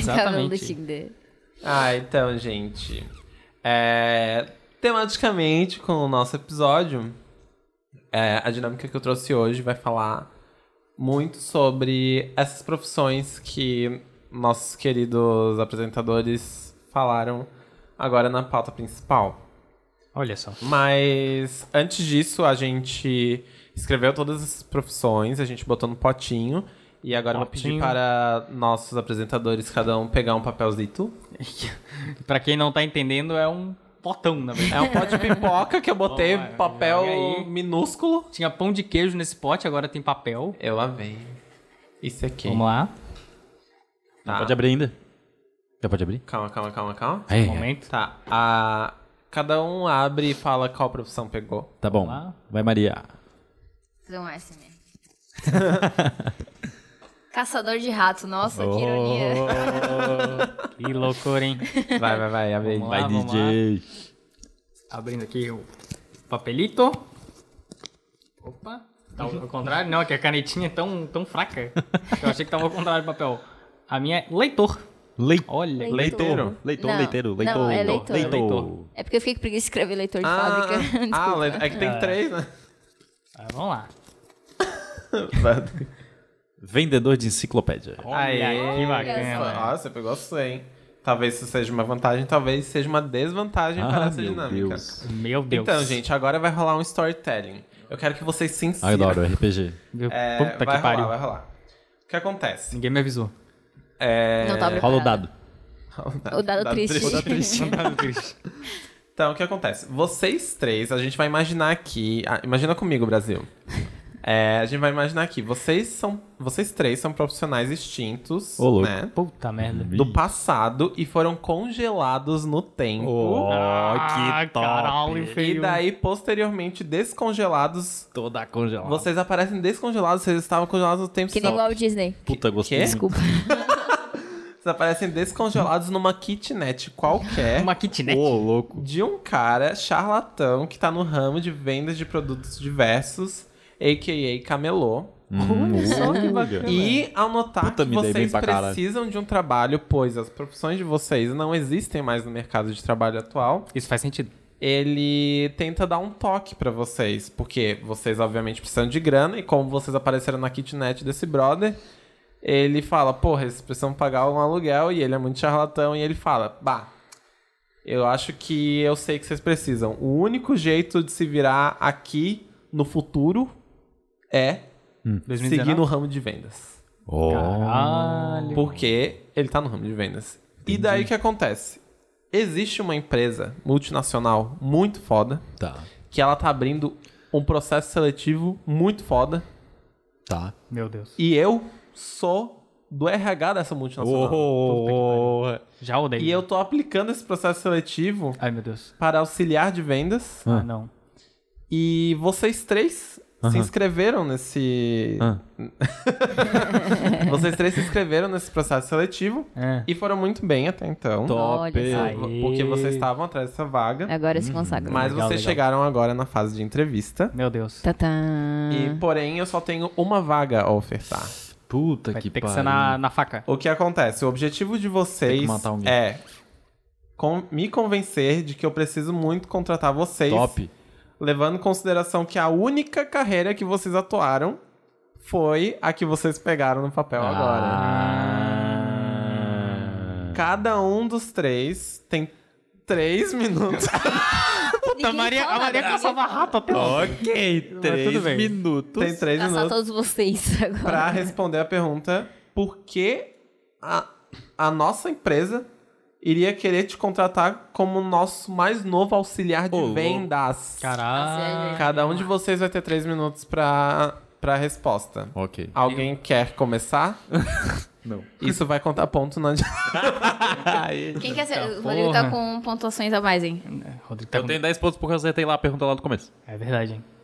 exatamente. Tinder. Ah, então, gente. É, tematicamente, com o nosso episódio, é, a dinâmica que eu trouxe hoje vai falar muito sobre essas profissões que nossos queridos apresentadores falaram agora na pauta principal. Olha só. Mas antes disso, a gente escreveu todas as profissões, a gente botou no potinho. E agora eu vou Potinho. pedir para nossos apresentadores, cada um, pegar um papelzinho. Pra quem não tá entendendo, é um potão, na verdade. (laughs) É um pote de pipoca que eu botei Olha, papel olha aí. minúsculo. Tinha pão de queijo nesse pote, agora tem papel. Eu lavei. Isso aqui. Vamos lá. Tá. Pode abrir ainda? Já pode abrir? É, Calma, calma, calma, calma. Aí, Momento. Tá. A... Cada um abre e fala qual profissão pegou. Tá bom. Vamos lá. Vai, Maria. Fazer um S mesmo. (laughs) Caçador de rato, nossa, que ironia. Que loucura, hein? Vai, vai, vai, abre aí. Vamos lá. Vai, vamos DJ. Abrindo aqui o papelito. Opa. Tá Uhum. ao contrário? Não, é que a canetinha é tão, tão fraca. Eu achei que tava ao contrário do papel. A minha é leitor. Leitor. Olha. Leiteiro. Leitor, Não, leiteiro, não, leitor. é leitor. Leitor. É porque eu fiquei com preguiça de escrever leitor de Oh. Ah, fábrica. (laughs) Desculpa. ah, le- é que tem (laughs) três, né? Ah, vamos lá. Vendedor de enciclopédia. Aí, que bacana. Ah, você pegou 100. Talvez isso seja uma vantagem, talvez seja uma desvantagem para Ah, essa meu dinâmica. Deus. Meu Deus. Então, gente, agora vai rolar um storytelling. Eu quero que vocês se insiram. Adoro RPG. Meu- É, Puta vai que pariu. rolar, vai rolar. O que acontece? Ninguém me avisou. É... Não tava Rola o (laughs) preparada. dado. O dado triste. (laughs) Então, o que acontece? Vocês três, a gente vai imaginar aqui. ah, imagina comigo, (laughs) Brasil. É, a gente vai imaginar aqui. Vocês são, vocês três são profissionais extintos, Ô, louco. né? Puta merda. Do passado e foram congelados no tempo. Oh, Ah, que top. caralho, E feio. daí, posteriamente, descongelados. Toda congelada. Vocês aparecem descongelados, vocês estavam congelados no tempo. Que Vocês, nem igual o Disney. Puta, gostei. Quê? muito. Desculpa. vocês aparecem descongelados numa kitnet (laughs) qualquer. Uma kitnet. Ô, louco. de um cara charlatão que tá no ramo de vendas de produtos diversos, a.k.a. camelô. Hum. Olha só que bacana. E ao notar Puta, que me dei bem vocês pra caralho. precisam de um trabalho, pois as profissões de vocês não existem mais no mercado de trabalho atual, Isso faz sentido. ele tenta dar um toque pra vocês, porque vocês obviamente precisam de grana e como vocês apareceram na kitnet desse brother, ele fala, porra, eles precisam pagar um aluguel e ele é muito charlatão e ele fala, bah, eu acho que eu sei que vocês precisam. O único jeito de se virar aqui no futuro é seguir 2019. no ramo de vendas. Oh. Caralho. Porque ele tá no ramo de vendas. E daí o que acontece? Existe uma empresa multinacional muito foda Tá, que ela tá abrindo um processo seletivo muito foda. tá. Meu Deus. E eu sou do RH dessa multinacional. Já odeio. E eu tô aplicando esse processo seletivo Ai, meu Deus. Ah. para auxiliar de vendas. Ah, não. E vocês três se inscreveram nesse. Ah. Vocês três se inscreveram nesse processo seletivo É. e foram muito bem até então. Top. Olha só. Porque vocês estavam atrás dessa vaga. Agora se É. consagra. Uhum. Mas Legal, vocês legal. chegaram agora na fase de entrevista. Meu Deus. Tatã. E, porém, eu só tenho uma vaga a ofertar. Puta Vai que ter que pariu. ser na, na faca. O que acontece? O objetivo de Tem vocês que matar alguém. é con- me convencer de que eu preciso muito contratar vocês. Top. Levando em consideração que a única carreira que vocês atuaram foi a que vocês pegaram no papel né? agora. Ah. Cada um dos três tem três minutos. Puta, a Maria, a Maria caçava rato até Ok, tudo bem. minutos. tem três Tá Caçar todos minutos (laughs) vocês agora. pra responder a pergunta por que a, a nossa empresa iria querer te contratar como nosso mais novo auxiliar de Ô, louco. vendas. Caralho. Cada um de vocês vai ter três minutos pra, pra resposta. Ok. Alguém quer começar? Não. Isso vai contar ponto na. Quem quer ser? O Rodrigo tá porra. com pontuações a mais, hein? Rodrigo tá Eu com- tenho 10 pontos porque eu acertei lá a pergunta lá do começo. É verdade, hein? (laughs)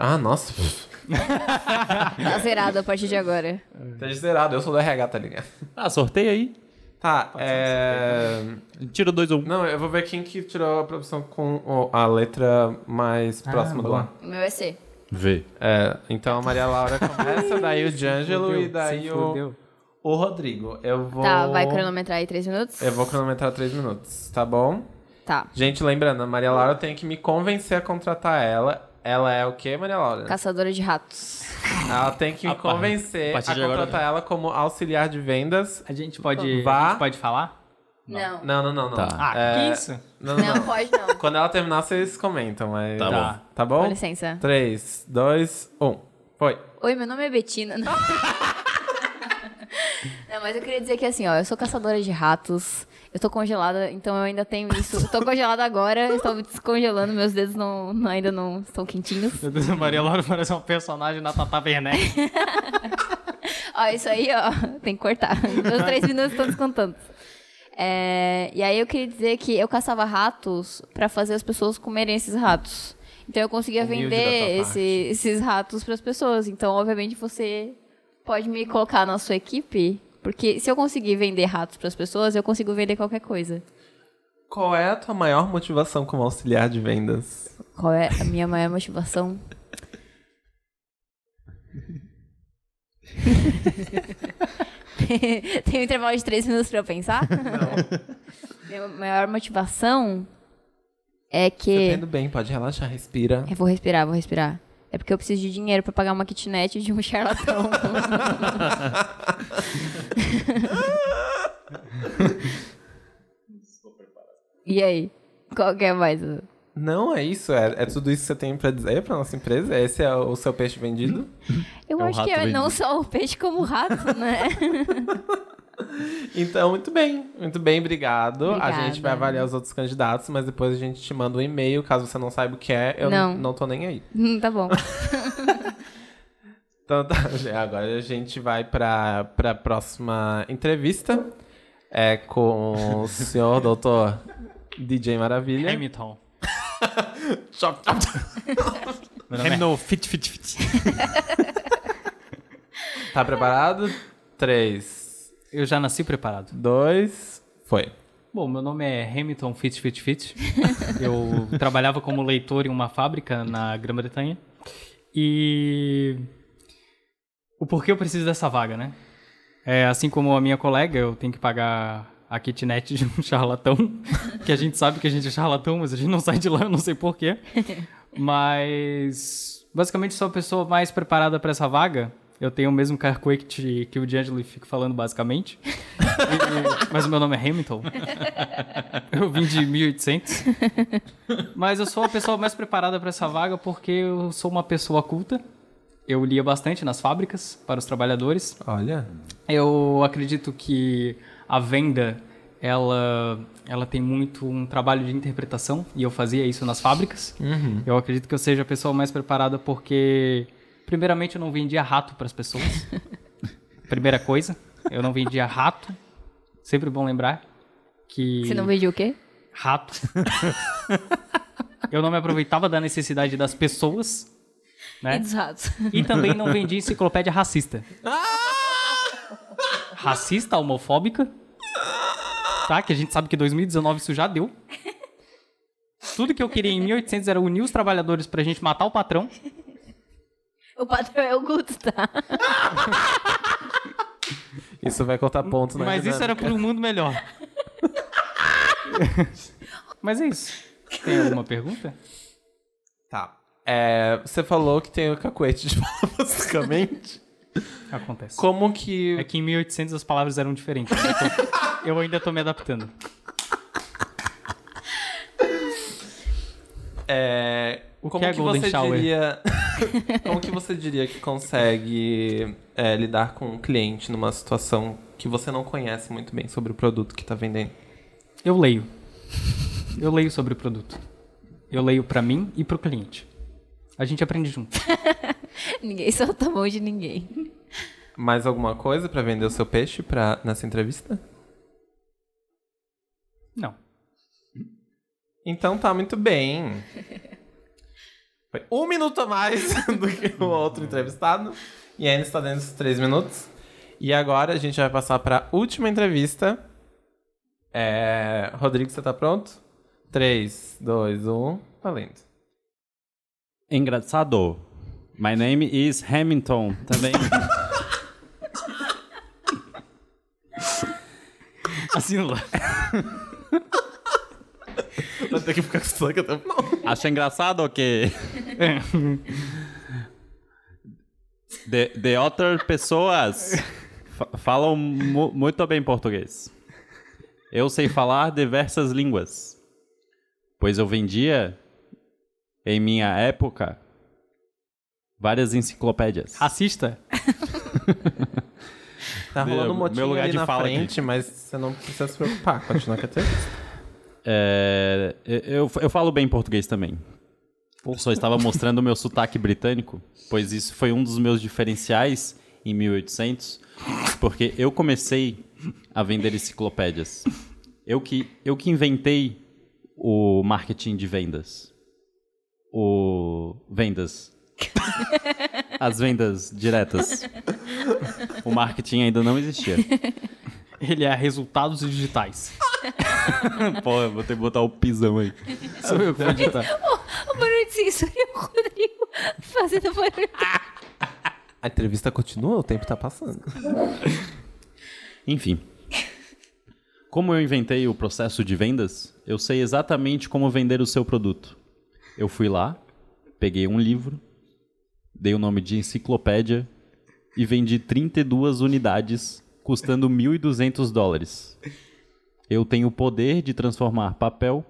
Ah, nossa. pff. Tá zerado a partir de agora. Tá zerado, eu sou do RH, tá ligado? Ah, sorteio aí. Tá, é. Tira 2 ou 1. Um. Não, eu vou ver quem que tirou a profissão com o- a letra mais próxima do boa. A. O meu é C. Vê. É, então a Maria Laura começa, daí o D'Angelo e daí o, o Rodrigo. Eu vou. Tá, vai cronometrar aí três minutos? Eu vou cronometrar três minutos, tá bom? Tá. Gente, lembrando, a Maria Laura tem que me convencer a contratar ela. Ela é o quê, Maria Laura? Caçadora de ratos. Ela tem que me par- a convencer a, partir de agora- contratar ela como auxiliar de vendas. A gente pode, a Vá. gente pode falar? Não. Não, não, não, não. Tá. Ah, É, que isso? Não, não, Não, não. pode não. Quando ela terminar, vocês comentam, mas. Tá Tá. Tá Com bom? licença. 3, 2, 1. Foi. Oi, meu nome é Betina. Não. (laughs) Não, mas eu queria dizer que assim, ó, eu sou caçadora de ratos, eu tô congelada, então eu ainda tenho isso. Eu tô congelada agora, eu estou descongelando, meus dedos não, não- ainda não estão quentinhos. Meu Deus, a Maria Laura parece um personagem na Tata Werneck. Ó, isso aí, ó, (laughs) tem que cortar. Meus três minutos estão descontando. É, e aí eu queria dizer que eu caçava ratos pra fazer as pessoas comerem esses ratos. Então eu conseguia Humilde da tua vender esse- esses ratos pras pessoas. Então, obviamente, você pode me colocar na sua equipe, porque se eu conseguir vender ratos pras pessoas, eu consigo vender qualquer coisa. Qual é a tua maior motivação como auxiliar de vendas? Qual é a minha maior motivação? (laughs) Tem um intervalo de três minutos pra eu pensar? Minha maior motivação é Tá que. Tudo bem, pode relaxar, respira. Eu vou respirar, vou respirar. É porque eu preciso de dinheiro pra pagar uma kitnet de um charlatão. (laughs) e aí? Qual que é mais? Não, é isso. É, é tudo isso que você tem pra dizer pra nossa empresa? Esse é o seu peixe vendido? Eu um É o acho que rato é não vendido. só o peixe como o (laughs) rato, né? Então, muito bem. Muito bem, obrigado. A Obrigada. gente vai avaliar os outros candidatos, mas depois a gente te manda um e-mail, caso você não saiba o que é. Eu não, Não. tô nem aí. Hum, tá bom. Então, tá, (laughs) agora a gente vai pra, pra próxima entrevista. É com o senhor (laughs) doutor DJ Maravilha. Hamilton. Chop, chop, chop. Meu nome é- fit, fit, fit. Tá preparado? 3, Eu já nasci preparado. 2, foi. Bom, meu nome é Hamilton Fit Fit Fit. Eu trabalhava como leitor em uma fábrica na Grã-Bretanha. E o porquê eu preciso dessa vaga, né? É, assim como a minha colega, eu tenho que pagar a kitnet de um charlatão, (laughs) que a gente sabe que a gente é charlatão, mas a gente não sai de lá, eu não sei porquê. Mas basicamente sou a pessoa mais preparada para essa vaga. Eu tenho o mesmo carquake que o D'Angelo e fico falando basicamente. E- mas o meu nome é Hamilton. (laughs) Eu vim de 1800. Mas eu sou a pessoa mais preparada para essa vaga porque eu sou uma pessoa culta. Eu lia bastante nas fábricas para os trabalhadores. Olha. Eu acredito que a venda ela ela tem muito um trabalho de interpretação e eu fazia isso nas fábricas. Eu acredito que eu seja a pessoa mais preparada porque primeiramente eu não vendia rato para as pessoas. Primeira coisa, eu não vendia rato. Sempre bom lembrar que Você não vendia o quê? (laughs) rato. eu não me aproveitava da necessidade das pessoas. né? É? E dos ratos. E também não vendia enciclopédia racista. Racista, homofóbica. Tá? Que a gente sabe que 2019 isso já deu. Tudo que eu queria em 1800 era unir os trabalhadores pra gente matar o patrão. O patrão é o Guto, tá? Isso vai contar né, pontos na Mas isso era dinâmica. pra um mundo melhor. Mas é isso. Tem alguma pergunta? Tá. É, você falou que tem o cacuete de (laughs) falar, basicamente. Acontece. Como que. É que em 1800 as palavras eram diferentes. né? Então, eu ainda tô me adaptando. É, O como que é Golden você Shower? (laughs) diria. como que você diria que consegue é, lidar com um cliente numa situação que você não conhece muito bem sobre o produto que tá vendendo? Eu leio. Eu leio sobre o produto. Eu leio pra mim e pro cliente. A gente aprende junto. Ninguém solta a mão de ninguém. Mais alguma coisa pra vender o seu peixe pra, nessa entrevista? Não. Então tá muito bem. Foi um minuto a mais (laughs) do que o outro entrevistado. E ainda está dentro dos três minutos. E agora a gente vai passar para a última entrevista. É... Rodrigo, você tá pronto? 3, 2, 1, valendo. Engraçado. My name is Hamilton. Também. Assim lá. Vai ter que ficar com que até (laughs) Acha engraçado que. De, de outras pessoas fa- falam mu- muito bem português. Eu sei falar diversas línguas, pois eu vendia, em minha época, várias enciclopédias. Racista? Tá rolando Meu um motinho lugar ali de na fala aqui. frente, mas você não precisa se preocupar. Continua com a entrevista. É, eu, eu falo bem português também. Só estava mostrando o meu sotaque britânico, pois isso foi um dos meus diferenciais em 1800, porque eu comecei a vender enciclopédias. Eu que, eu que inventei o marketing de vendas. O. Vendas. As vendas diretas. O marketing ainda não existia. Ele é resultados digitais. Pô, eu vou ter que botar o pisão aí. Sou eu que vou editar. O barulho de censura é e o Rodrigo fazendo barulho. A entrevista continua, o tempo tá passando. Enfim. Como eu inventei o processo de vendas, eu sei exatamente como vender o seu produto. Eu fui lá, peguei um livro, dei o nome de enciclopédia e vendi 32 unidades, custando 1.200 dólares. Eu tenho o poder de transformar papel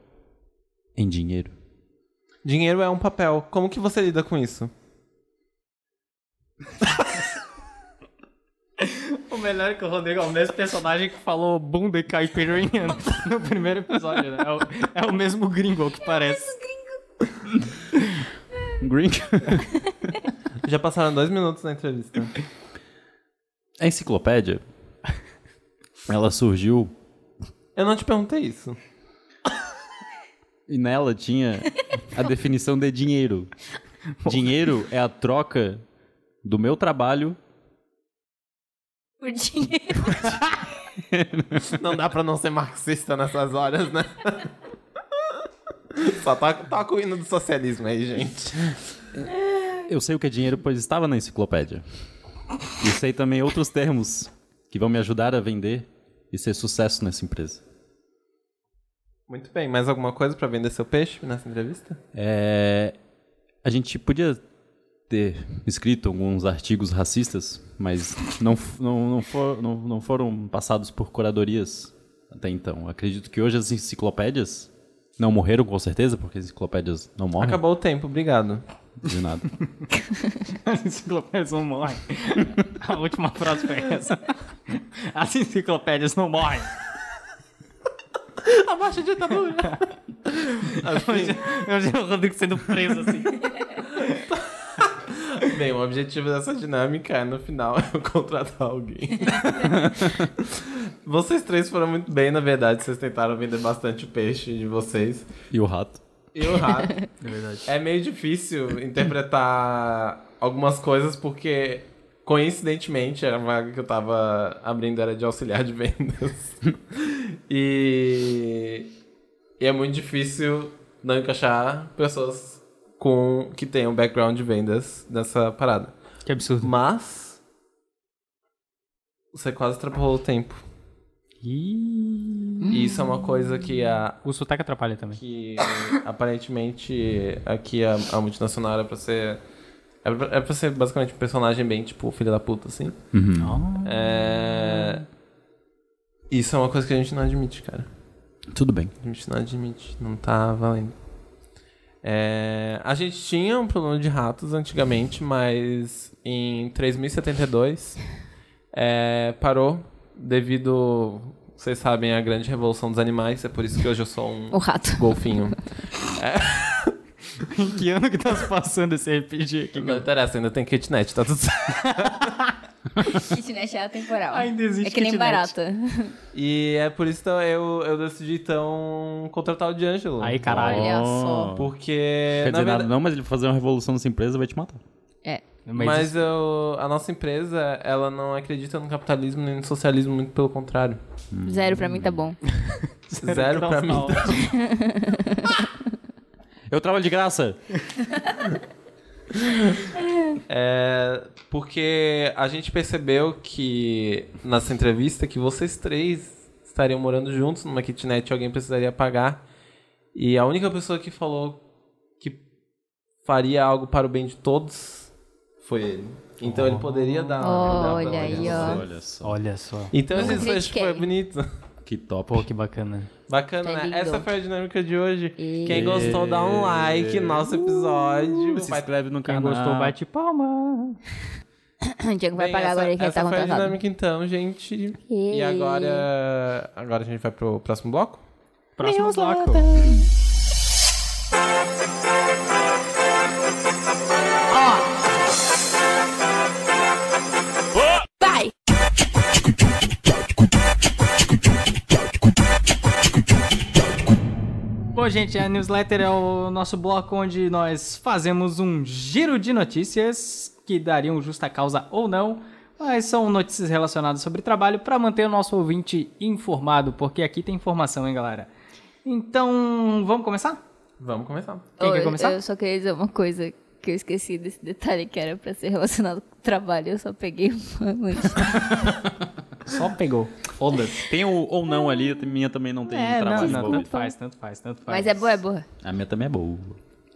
em dinheiro. Dinheiro é um papel. Como que você lida com isso? O melhor é que o Rodrigo é o mesmo personagem que falou bunda e caipirinha no primeiro episódio, né? É o, é o mesmo gringo, ao que parece. Green. (laughs) Já passaram dois minutos na entrevista. A enciclopédia, ela surgiu Eu não te perguntei isso. E nela tinha a definição de dinheiro. Dinheiro é a troca do meu trabalho. Por dinheiro. Não dá pra não ser marxista nessas horas, né? Só toca, toca o hino do socialismo aí, gente. Eu sei o que é dinheiro, pois estava na enciclopédia. E sei também outros termos que vão me ajudar a vender e ser sucesso nessa empresa. Muito bem, mais alguma coisa pra vender seu peixe nessa entrevista? É, a gente podia ter escrito alguns artigos racistas, mas não, f- não, não, for- não- não foram passados por curadorias até então. Acredito que hoje as enciclopédias não morreram com certeza, porque as enciclopédias não morrem Acabou o tempo, obrigado. de nada. As (laughs) enciclopédias não morrem. A última frase foi essa. As enciclopédias não morrem. Abaixa a ditadura! Eu imagino o Rodrigo sendo preso assim. (laughs) bem, o objetivo dessa dinâmica é, no final, (laughs) eu contratar (laughs) alguém. vocês três foram muito bem, na verdade. Vocês tentaram vender bastante o peixe de vocês. E o rato? (laughs) e o rato. É verdade. É meio difícil interpretar algumas coisas porque, coincidentemente, a vaga que eu tava abrindo era de auxiliar de vendas. (laughs) e, e é muito difícil não encaixar pessoas com que tenham background de vendas nessa parada. Que absurdo. Mas você quase atrapalhou o tempo. E isso é uma coisa que a, O sotaque atrapalha também. que aparentemente aqui a, a multinacional era pra ser. É pra, é pra ser basicamente um personagem bem, tipo, filha da puta, assim. É, Isso é uma coisa que a gente não admite, cara. Tudo bem. A gente não admite, não tá valendo. É, a gente tinha um problema de ratos antigamente, mas em 3072 é, parou devido, vocês sabem, à grande revolução dos animais. É por isso que hoje eu sou um O rato. golfinho. Em (laughs) que ano que tá se passando esse RPG aqui? Não interessa, ainda tem kitnet, tá tudo (laughs) certo. Kitnet é atemporal. Ainda existe É que nem kitnet. barata. E é por isso que eu, eu decidi, então, contratar o D'Angelo. Aí, caralho. Olha tá só. Porque, Quer na dizer nada, verdade... não, mas ele fazer uma revolução nessa empresa vai te matar. Mas, Mas eu, a nossa empresa, ela não acredita no capitalismo nem no socialismo, muito pelo (laughs) contrário. Zero pra mim tá bom. Zero pra mim. Eu trabalho de graça. É, porque a gente percebeu que, nessa entrevista, que vocês três estariam morando juntos numa kitnet e alguém precisaria pagar. E a única pessoa que falou que faria algo para o bem de todos foi ele. Então ele poderia dar. dar Olha pra aí, vocês. ó. Olha só. Olha só. Então Nunca isso acho que critiquei. foi bonito. Que top. Pô, que bacana. Bacana, Tá né? lindo. Essa foi a dinâmica de hoje. E- Quem gostou, dá um like. Nosso episódio. Se Vai- inscreve no Quem canal. gostou, Ah. bate palma. (laughs) Diego vai Hum. Bem, pagar essa, agora que ele essa tá foi a contratado. dinâmica então, gente. E Ei. agora. Agora a gente vai pro próximo bloco? Próximo bloco. Vai! Bom, gente, a newsletter é o nosso bloco onde nós fazemos um giro de notícias que dariam justa causa ou não, mas são notícias relacionadas sobre trabalho para manter o nosso ouvinte informado, porque aqui tem informação, hein, galera. Então, vamos começar? Vamos começar. Quem Ô, quer começar? Eu só queria dizer uma coisa que eu esqueci desse detalhe que era pra ser relacionado com trabalho. Eu só peguei uma notícia. Só pegou. Foda-se. Tem o ou não ali, a minha também não tem É, não, trabalho não, tanto envolvido. faz, tanto faz, tanto faz. Mas é boa, é boa. A minha também é boa.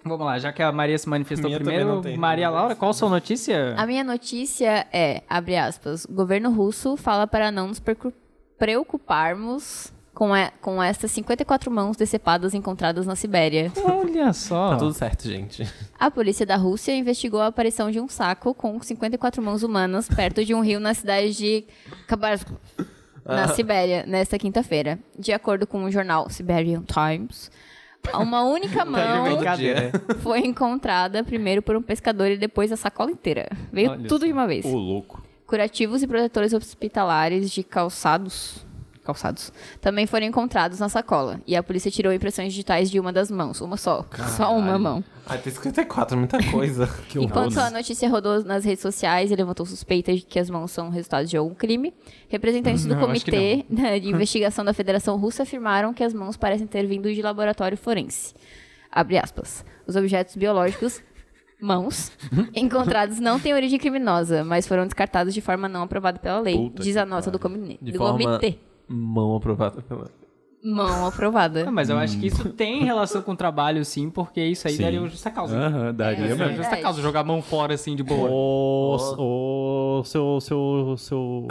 Vamos lá, já que a Maria se manifestou Minha também primeiro, não tem. Maria Laura, qual sua notícia? A minha notícia é, abre aspas, governo russo fala para não nos percu- preocuparmos com, e- com estas 54 mãos decepadas encontradas na Sibéria. Olha só. Tá tudo certo, (laughs) gente. A polícia da Rússia investigou a aparição de um saco com 54 mãos humanas perto de um rio na cidade de Khabarovsk, na Sibéria, nesta quinta-feira. De acordo com o jornal Siberian Times, uma única mão Tá Brincadeira. foi encontrada primeiro por um pescador e depois a sacola inteira. Veio tudo de uma vez. Ô, louco. Curativos e protetores hospitalares de calçados. Calçados. Também foram encontrados na sacola. E a polícia tirou impressões digitais de uma das mãos. Uma só. Só uma mão. Ah, tem 54, muita coisa. que Enquanto a notícia rodou nas redes sociais e levantou suspeitas de que as mãos são resultado de algum crime, representantes do Não, acho que Comitê (laughs) né, de Investigação da Federação Russa afirmaram que as mãos parecem ter vindo de laboratório forense. Abre aspas. Os objetos biológicos, (laughs) (laughs) mãos, encontrados não têm origem criminosa, mas foram descartados de forma não aprovada pela lei, Puta diz que a nota do, comine- De do forma- comitê. Mão aprovada pela. Mão Ah, aprovada. mas eu acho que isso tem relação com o trabalho, sim, porque isso aí Sim. daria um justa causa. Aham, daria É, Isso é mesmo. justa verdade. causa, jogar a mão fora assim de boa. Ô, ô, seu, seu, seu...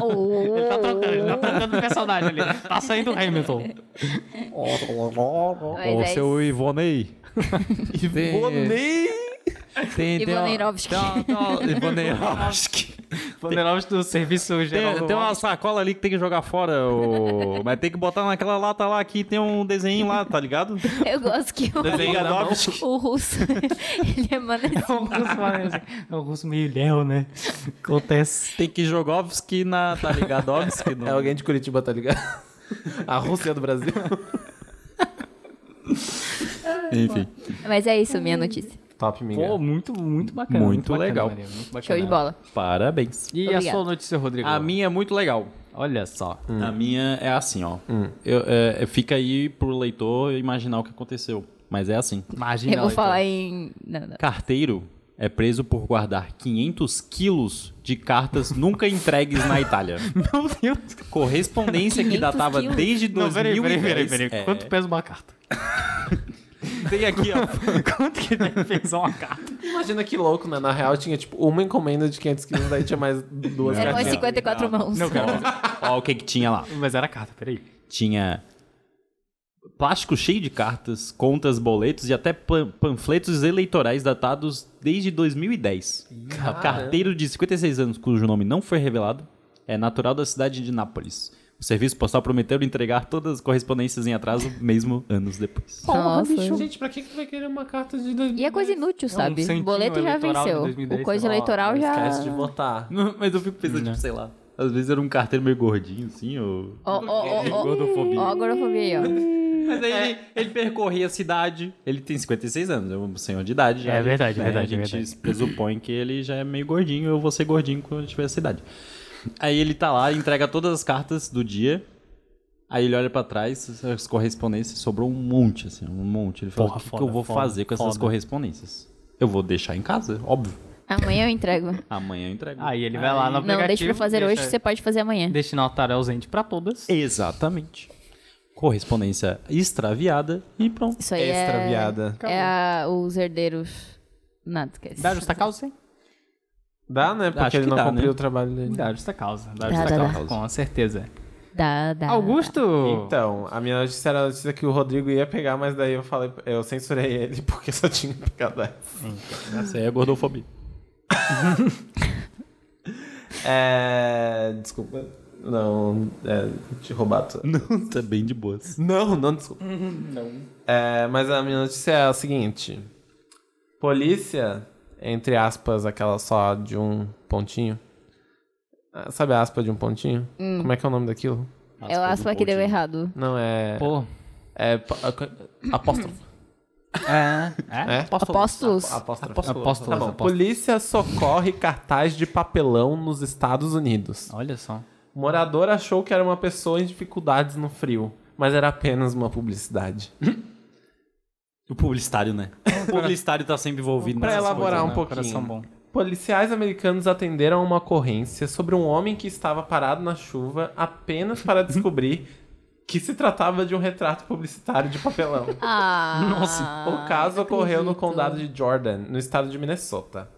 Oh, Tá trocando, (laughs) ele tá trocando de personagem ali. Tá saindo o Hamilton. mas é (laughs) isso. Ivonei. Bonei! Tem, tem, uma- Ivoneirovski. tem (laughs) uma- tem uma- Ivoneirovski. Vanderloft do Serviço Geral Tem, do tem uma Alto. sacola ali que tem que jogar fora, ô, mas tem que botar naquela lata lá que tem um desenho lá, tá ligado? (laughs) Eu gosto que (laughs) o, o russo (laughs) ele emana É um (laughs) russo falando assim, é um russo meio léo, né? Acontece. Tem que Jogovski na, tá ligado? Ovski no... É alguém de Curitiba, tá ligado? A Rússia do Brasil. Enfim. Mas é isso, minha notícia. (laughs) Top, minha. Pô, muito, muito bacana. Muito bacana, legal. Maria, muito bacana. Show de bola. Parabéns. E a Obrigada. sua notícia, Rodrigo? A minha é muito legal. Olha só. A minha é assim, ó. Hum. Eu- é, é, fica aí pro leitor imaginar o que aconteceu. Mas é assim. Imagina. Eu vou Leitor. falar em. Não, não. Carteiro é preso por guardar 500 quilos de (laughs) cartas nunca entregues na Itália. Meu (laughs) Deus. Correspondência que 500 datava quilos? desde 2010. Não, peraí, peraí, peraí. peraí. É, Quanto pesa uma (laughs) carta? tem aqui, ó. Quanto que (laughs) deve pesar uma carta? Imagina que louco, né? Na real, tinha tipo uma encomenda de 500 quilos, daí tinha mais duas Eram umas cartinhas. 54 mãos. ó, ó o que que tinha lá. Mas era carta, peraí. Tinha plástico cheio de cartas, contas, boletos e até pan- panfletos eleitorais datados desde 2010. Carteiro de 56 anos, cujo nome não foi revelado, é natural da cidade de Nápoles. O serviço postal prometeu entregar todas as correspondências em atraso, mesmo anos depois. Nossa. Gente, pra que que tu vai querer uma carta de... dois- E é coisa inútil, sabe? centinho Boleto já eleitoral de venceu. 2010, o coisa sei lá, eleitoral já. Esquece de votar. Mas eu fico pensando, assim, tipo, sei lá. Às vezes era um carteiro meio gordinho, assim, ou... Ó, ó, ó, ó. Ó, a gordofobia aí, ó. Mas aí É. ele, ele percorria a cidade. Ele tem 56 anos, é um senhor de idade. Já, É verdade, né? verdade, A é gente presupõe que ele já é meio gordinho. Eu vou ser gordinho quando eu tiver essa idade. Aí ele tá lá, entrega todas as cartas do dia. Aí ele olha pra trás, as correspondências, sobrou um monte, assim, um monte. Ele fala, o Porra, que, que foda, eu vou foda, fazer com essas foda." correspondências? Eu vou deixar em casa, óbvio. Amanhã eu entrego. Amanhã eu entrego. Aí ele vai lá no aplicativo. Não, deixa pra fazer hoje, você pode fazer amanhã. Deixa na altar é ausente pra todas. Exatamente. Correspondência extraviada e pronto. Isso aí Extra, é. viada. É a- os herdeiros. Nada, esquece. Dá justa causa, hein? Dá, né? Porque Acho ele que não dá, cumpriu né? o trabalho dele. Dá justa causa. Dá Dá, justa dá, dá. causa, com certeza. Dá, dá. Augusto! Então, a minha notícia era a notícia que o Rodrigo ia pegar, mas daí eu falei, eu censurei ele (laughs) porque só tinha pegado essa. Essa aí é gordofobia. É. Desculpa. Não, é, te roubar tudo. (laughs) Não, tá bem de boas. Não, não, desculpa. não. É, mas a minha notícia é a seguinte: Polícia, entre aspas, aquela só de um pontinho. Ah, Sabe a aspa de um pontinho? Como é que é o nome daquilo? É o aspa que deu errado. Não, é. Pô. É. po- a- Apóstrofo. É? É? Apóstolos. Apóstrofo. Apóstolos, Tá bom. apóstolos. Polícia socorre cartaz de papelão nos Estados Unidos. Olha só. Morador achou que era uma pessoa em dificuldades no frio, mas era apenas uma publicidade. O publicitário, né? O publicitário tá sempre envolvido Pra nessas elaborar um coisas, né? pouquinho. Coração bom. Policiais americanos atenderam uma ocorrência sobre um homem que estava parado na chuva apenas para descobrir que se tratava de um retrato publicitário de papelão. Ah, Nossa. o caso ocorreu no condado de Jordan, no estado de Minnesota.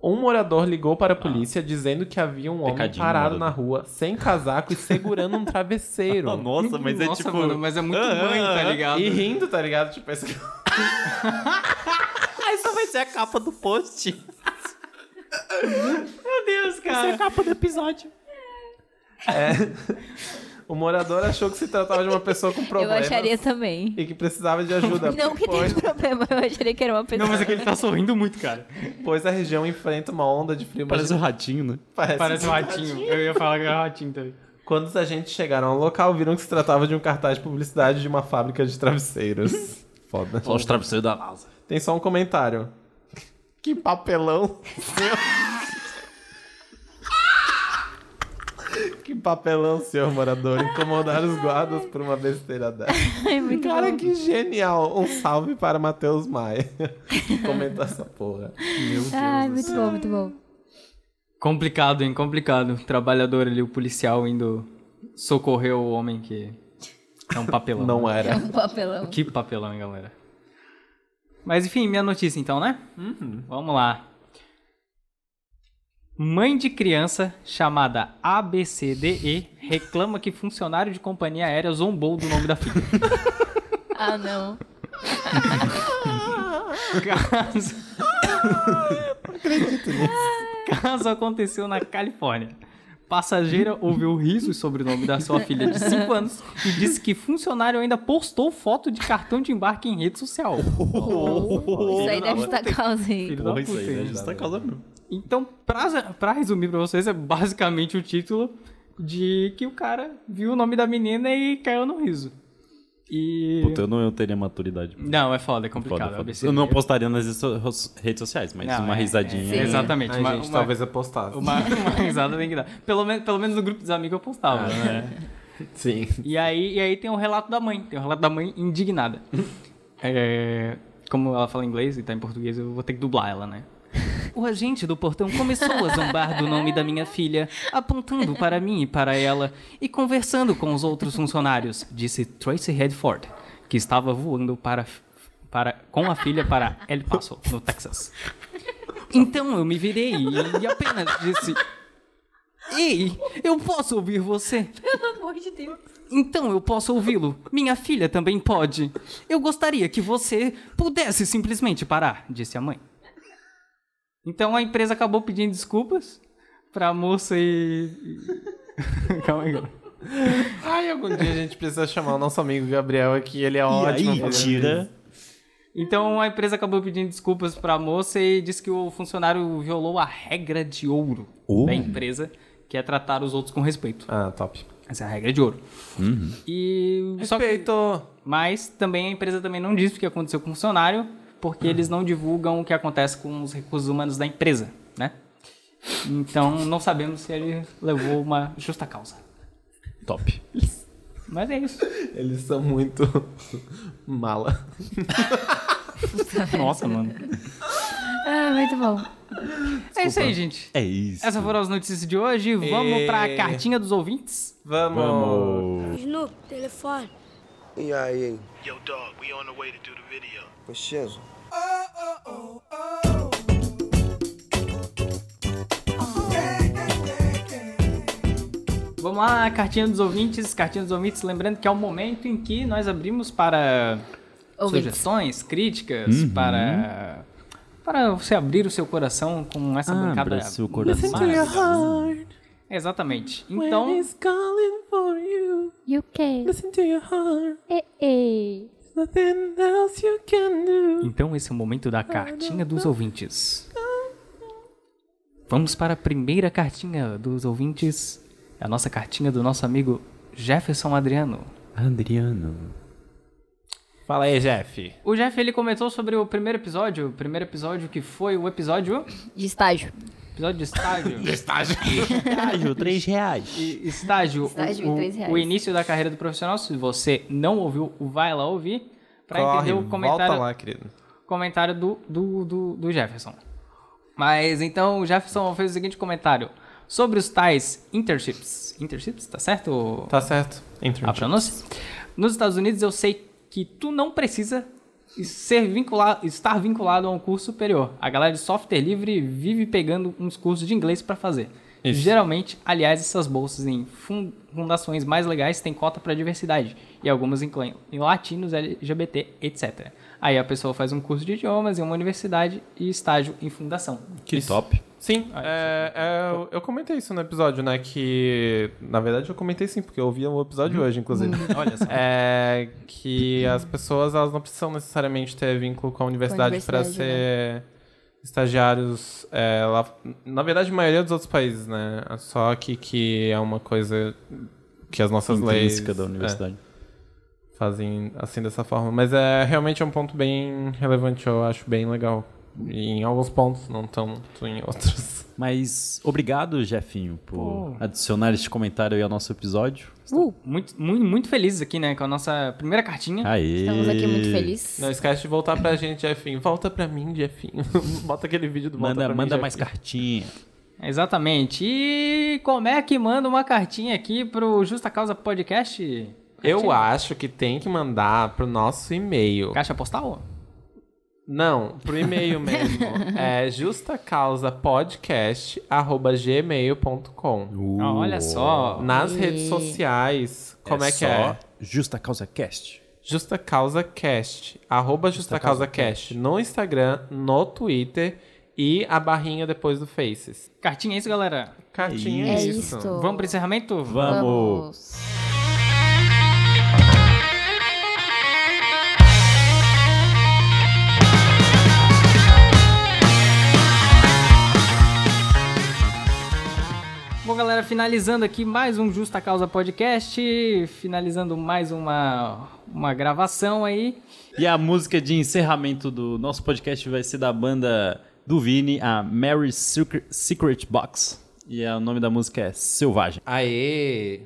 Um morador ligou para a polícia dizendo que havia um homem Ah. Pecadinho, parado morador. na rua, sem casaco e segurando um travesseiro. (laughs) Nossa, mas é Nossa, tipo. mano, mas é muito Ah, mãe, ah, tá ah. ligado? E rindo, tá ligado? Tipo, esse... (laughs) Essa vai ser a capa do post. é É. o morador achou que se tratava de uma pessoa com Eu problemas acharia também. e que precisava de ajuda. Não que pois- tem problema, eu acharia que era uma Não, pessoa. (laughs) mas é que ele tá sorrindo muito, cara. Pois a região enfrenta uma onda de (laughs) frio. Parece mas- um ratinho, né? parece- Parece um ratinho. Eu ia falar que era um ratinho também. Quando os agentes chegaram ao local, viram que se tratava de um cartaz de publicidade de uma fábrica de travesseiros. (laughs) Foda. Olha os travesseiros da NASA. Tem só um comentário. Que papelão. senhor. que papelão, senhor morador. Incomodar os guardas por uma besteira dessa. Cara, que genial. Um salve para Matheus (laughs) Maia. Comentar essa porra. é Ai, muito bom, muito bom. Complicado, hein? Complicado. O trabalhador ali, o policial indo socorrer o homem que é um papelão. Não era. Um papelão. Que papelão, hein, galera? Mas enfim, minha notícia então, né? Vamos lá. Mãe de criança chamada ABCDE reclama que funcionário de companhia aérea zombou do nome da (laughs) filha. Ah, não. Caso. Caso aconteceu na Califórnia. Passageira ouviu risos sobre o nome da sua filha de 5 anos e disse que funcionário ainda postou foto de cartão de embarque em rede social. Isso aí deve estar causa aí. Filho da Porra, isso puta, aí, né? hein? Justa causa mesmo. Então, pra, pra resumir pra vocês, é basicamente o título de que o cara viu o nome da menina e caiu no riso. E. Puta, eu não eu teria maturidade. pra- Não, é foda, é complicado. Foda, é foda. absurdo. Eu não postaria nas so- redes sociais, mas Não, uma é- risadinha. é, Exatamente. Ai, uma- gente, uma- talvez eu postasse. Uma, uma risada tem que dar. Pelo menos, pelo menos no grupo dos amigos eu postava. né? Sim. E, aí, e aí tem o relato da mãe. Tem o relato da mãe indignada. É, como ela fala inglês e tá em português, eu vou ter que dublar ela, né? O agente do portão começou a zombar do nome da minha filha, apontando para mim e para ela, e conversando com os outros funcionários, disse Tracy Redford, que estava voando para, para, com a filha para El Paso, no Texas. Então eu me virei e apenas disse: Ei, eu posso ouvir você? Pelo amor de Deus. Então eu posso ouvi-lo. Minha filha também pode. Eu gostaria que você pudesse simplesmente parar, disse a mãe. Então a empresa acabou pedindo desculpas pra moça e. e- (laughs) Calma aí. calma. Ai, algum dia a gente precisa chamar o nosso amigo Gabriel aqui, ele é ótimo. e aí, fazendo isso. tira. Então a empresa acabou pedindo desculpas pra moça e disse que o funcionário violou a regra de ouro da empresa, que é tratar os outros com respeito. Ah, top. Essa é a regra de ouro. E. É Só que- Mas também a empresa também não diz o que aconteceu com o funcionário, porque eles não divulgam o que acontece com os recursos humanos da empresa, né? Então não sabemos se ele levou uma justa causa. Top. Mas é isso. Eles são muito (laughs) mala. Nossa, mano. Ah, muito bom. É isso aí, gente. É isso. Essas foram as notícias de hoje. Vamos E- pra cartinha dos ouvintes. Vamos. Vamos. Snoop, telefone. E aí? Yo, dog, we on the way to do the video. Preciso? Vamos lá, cartinha dos ouvintes. Cartinha dos ouvintes, lembrando que é o momento em que nós abrimos para Ouvintes. sugestões, críticas, Uhum. para. Para você abrir o seu coração com essa bancada. é Abra seu Ah, coração. maravilhosa. Exatamente. Então, calling for you. UK. Listen to your heart. Ei, ei. Nothing else you can do. então esse é o momento da cartinha dos ouvintes. Vamos para a primeira cartinha dos ouvintes. É A nossa cartinha do nosso amigo Jefferson Adriano. Adriano. Fala aí, Jeff. O Jeff ele comentou sobre o primeiro episódio, o primeiro episódio que foi o episódio, De estágio. episódio de (laughs) estágio. Ágil, três reais. E- estágio, Estágio o, em o- três reais. o início da carreira do profissional. Se você não ouviu, vai lá ouvir pra Corre, entender o comentário volta lá, querido. comentário do, do, do, do Jefferson. Mas então o Jefferson fez o seguinte comentário sobre os tais internships. Internships, tá certo? Tá certo. Entra. A pronúncia? Ah, Nos Estados Unidos eu sei que tu não precisa ser vinculado, estar vinculado a um curso superior. A galera de software livre vive pegando uns cursos de inglês pra fazer. Geralmente, aliás, essas bolsas em fun- fundações mais legais têm cota pra diversidade e algumas incluem latinos, LGBT, etc. Aí a pessoa faz um curso de idiomas em uma universidade e estágio em fundação. (laughs) Que top. Sim, é, é, eu, eu comentei isso no episódio, né? Que. Na verdade, eu comentei sim, porque eu ouvi o episódio hoje, inclusive. Hum. Olha só. É, que as pessoas elas não precisam necessariamente ter vínculo com a universidade né? para universidade, ser estagiários. é, lá, na verdade, a maioria dos outros países, né? Só que, que é uma coisa que as nossas leis. Intrínseca da é, universidade. fazem assim dessa forma. Mas é realmente é um ponto bem relevante, eu acho bem legal. E em alguns pontos, não tanto em outros. Mas obrigado, Jefinho, por adicionar este comentário aí ao nosso episódio. Muito, muito, muito felizes aqui, né? Com a nossa primeira cartinha. Aê. Estamos aqui muito felizes. Não esquece de voltar pra gente, Jefinho. Volta pra mim, Jefinho. (laughs) Bota aquele vídeo do Volta Manda, pra manda mim, mais Jefinho. (laughs) cartinha. Exatamente. E como é que manda uma cartinha aqui pro Justa Causa Podcast? Eu acho que tem que mandar pro nosso e-mail. Caixa postal? Não, pro (laughs) e-mail mesmo. é justacausapodcast.gmail.com Uh, Ah, Olha só. Nas redes sociais, como é, que é? Só Justa Causa Cast. Justa Causa Cast. Arroba Justa Causa Cast. No Instagram, no Twitter e a barrinha depois do Faces. Cartinha é isso, galera. Cartinha É é isso. isso. Vamos pro encerramento? Vamos. Bom, galera, finalizando aqui mais um Justa Causa Podcast, finalizando mais uma, uma gravação aí. E a música de encerramento do nosso podcast vai ser da banda do Vini, a Mary Secret Secret Box. E a- o nome da música é Selvagem. Aê!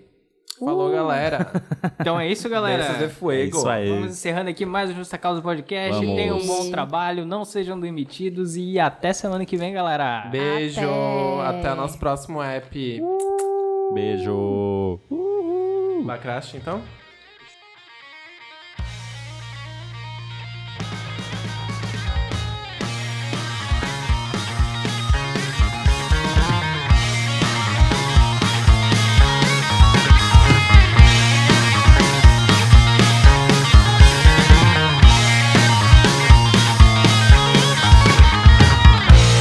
Falou, galera. Então é isso, galera. Beijos de fuego. É isso aí. Vamos encerrando aqui mais um Justa Causa Podcast. Vamos. Tenham um bom trabalho, não sejam demitidos e até semana que vem, galera. Beijo. Até, o nosso próximo app. Beijo. Lacraste, então? Thank é um Um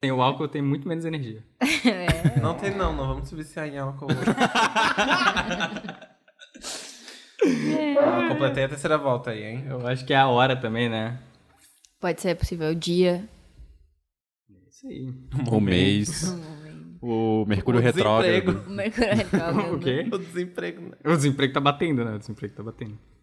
Tem o álcool, tem muito menos energia. Não tem não, não vamos se viciar em álcool. Eu Ah, completei a terceira volta aí, hein? Eu acho que é a hora também, né? Pode ser possível é o (laughs) dia. Isso aí. O Um mês. O Mercúrio O Retrógrado. desemprego. O quê? (laughs) O desemprego. O desemprego tá batendo, né? O desemprego tá batendo.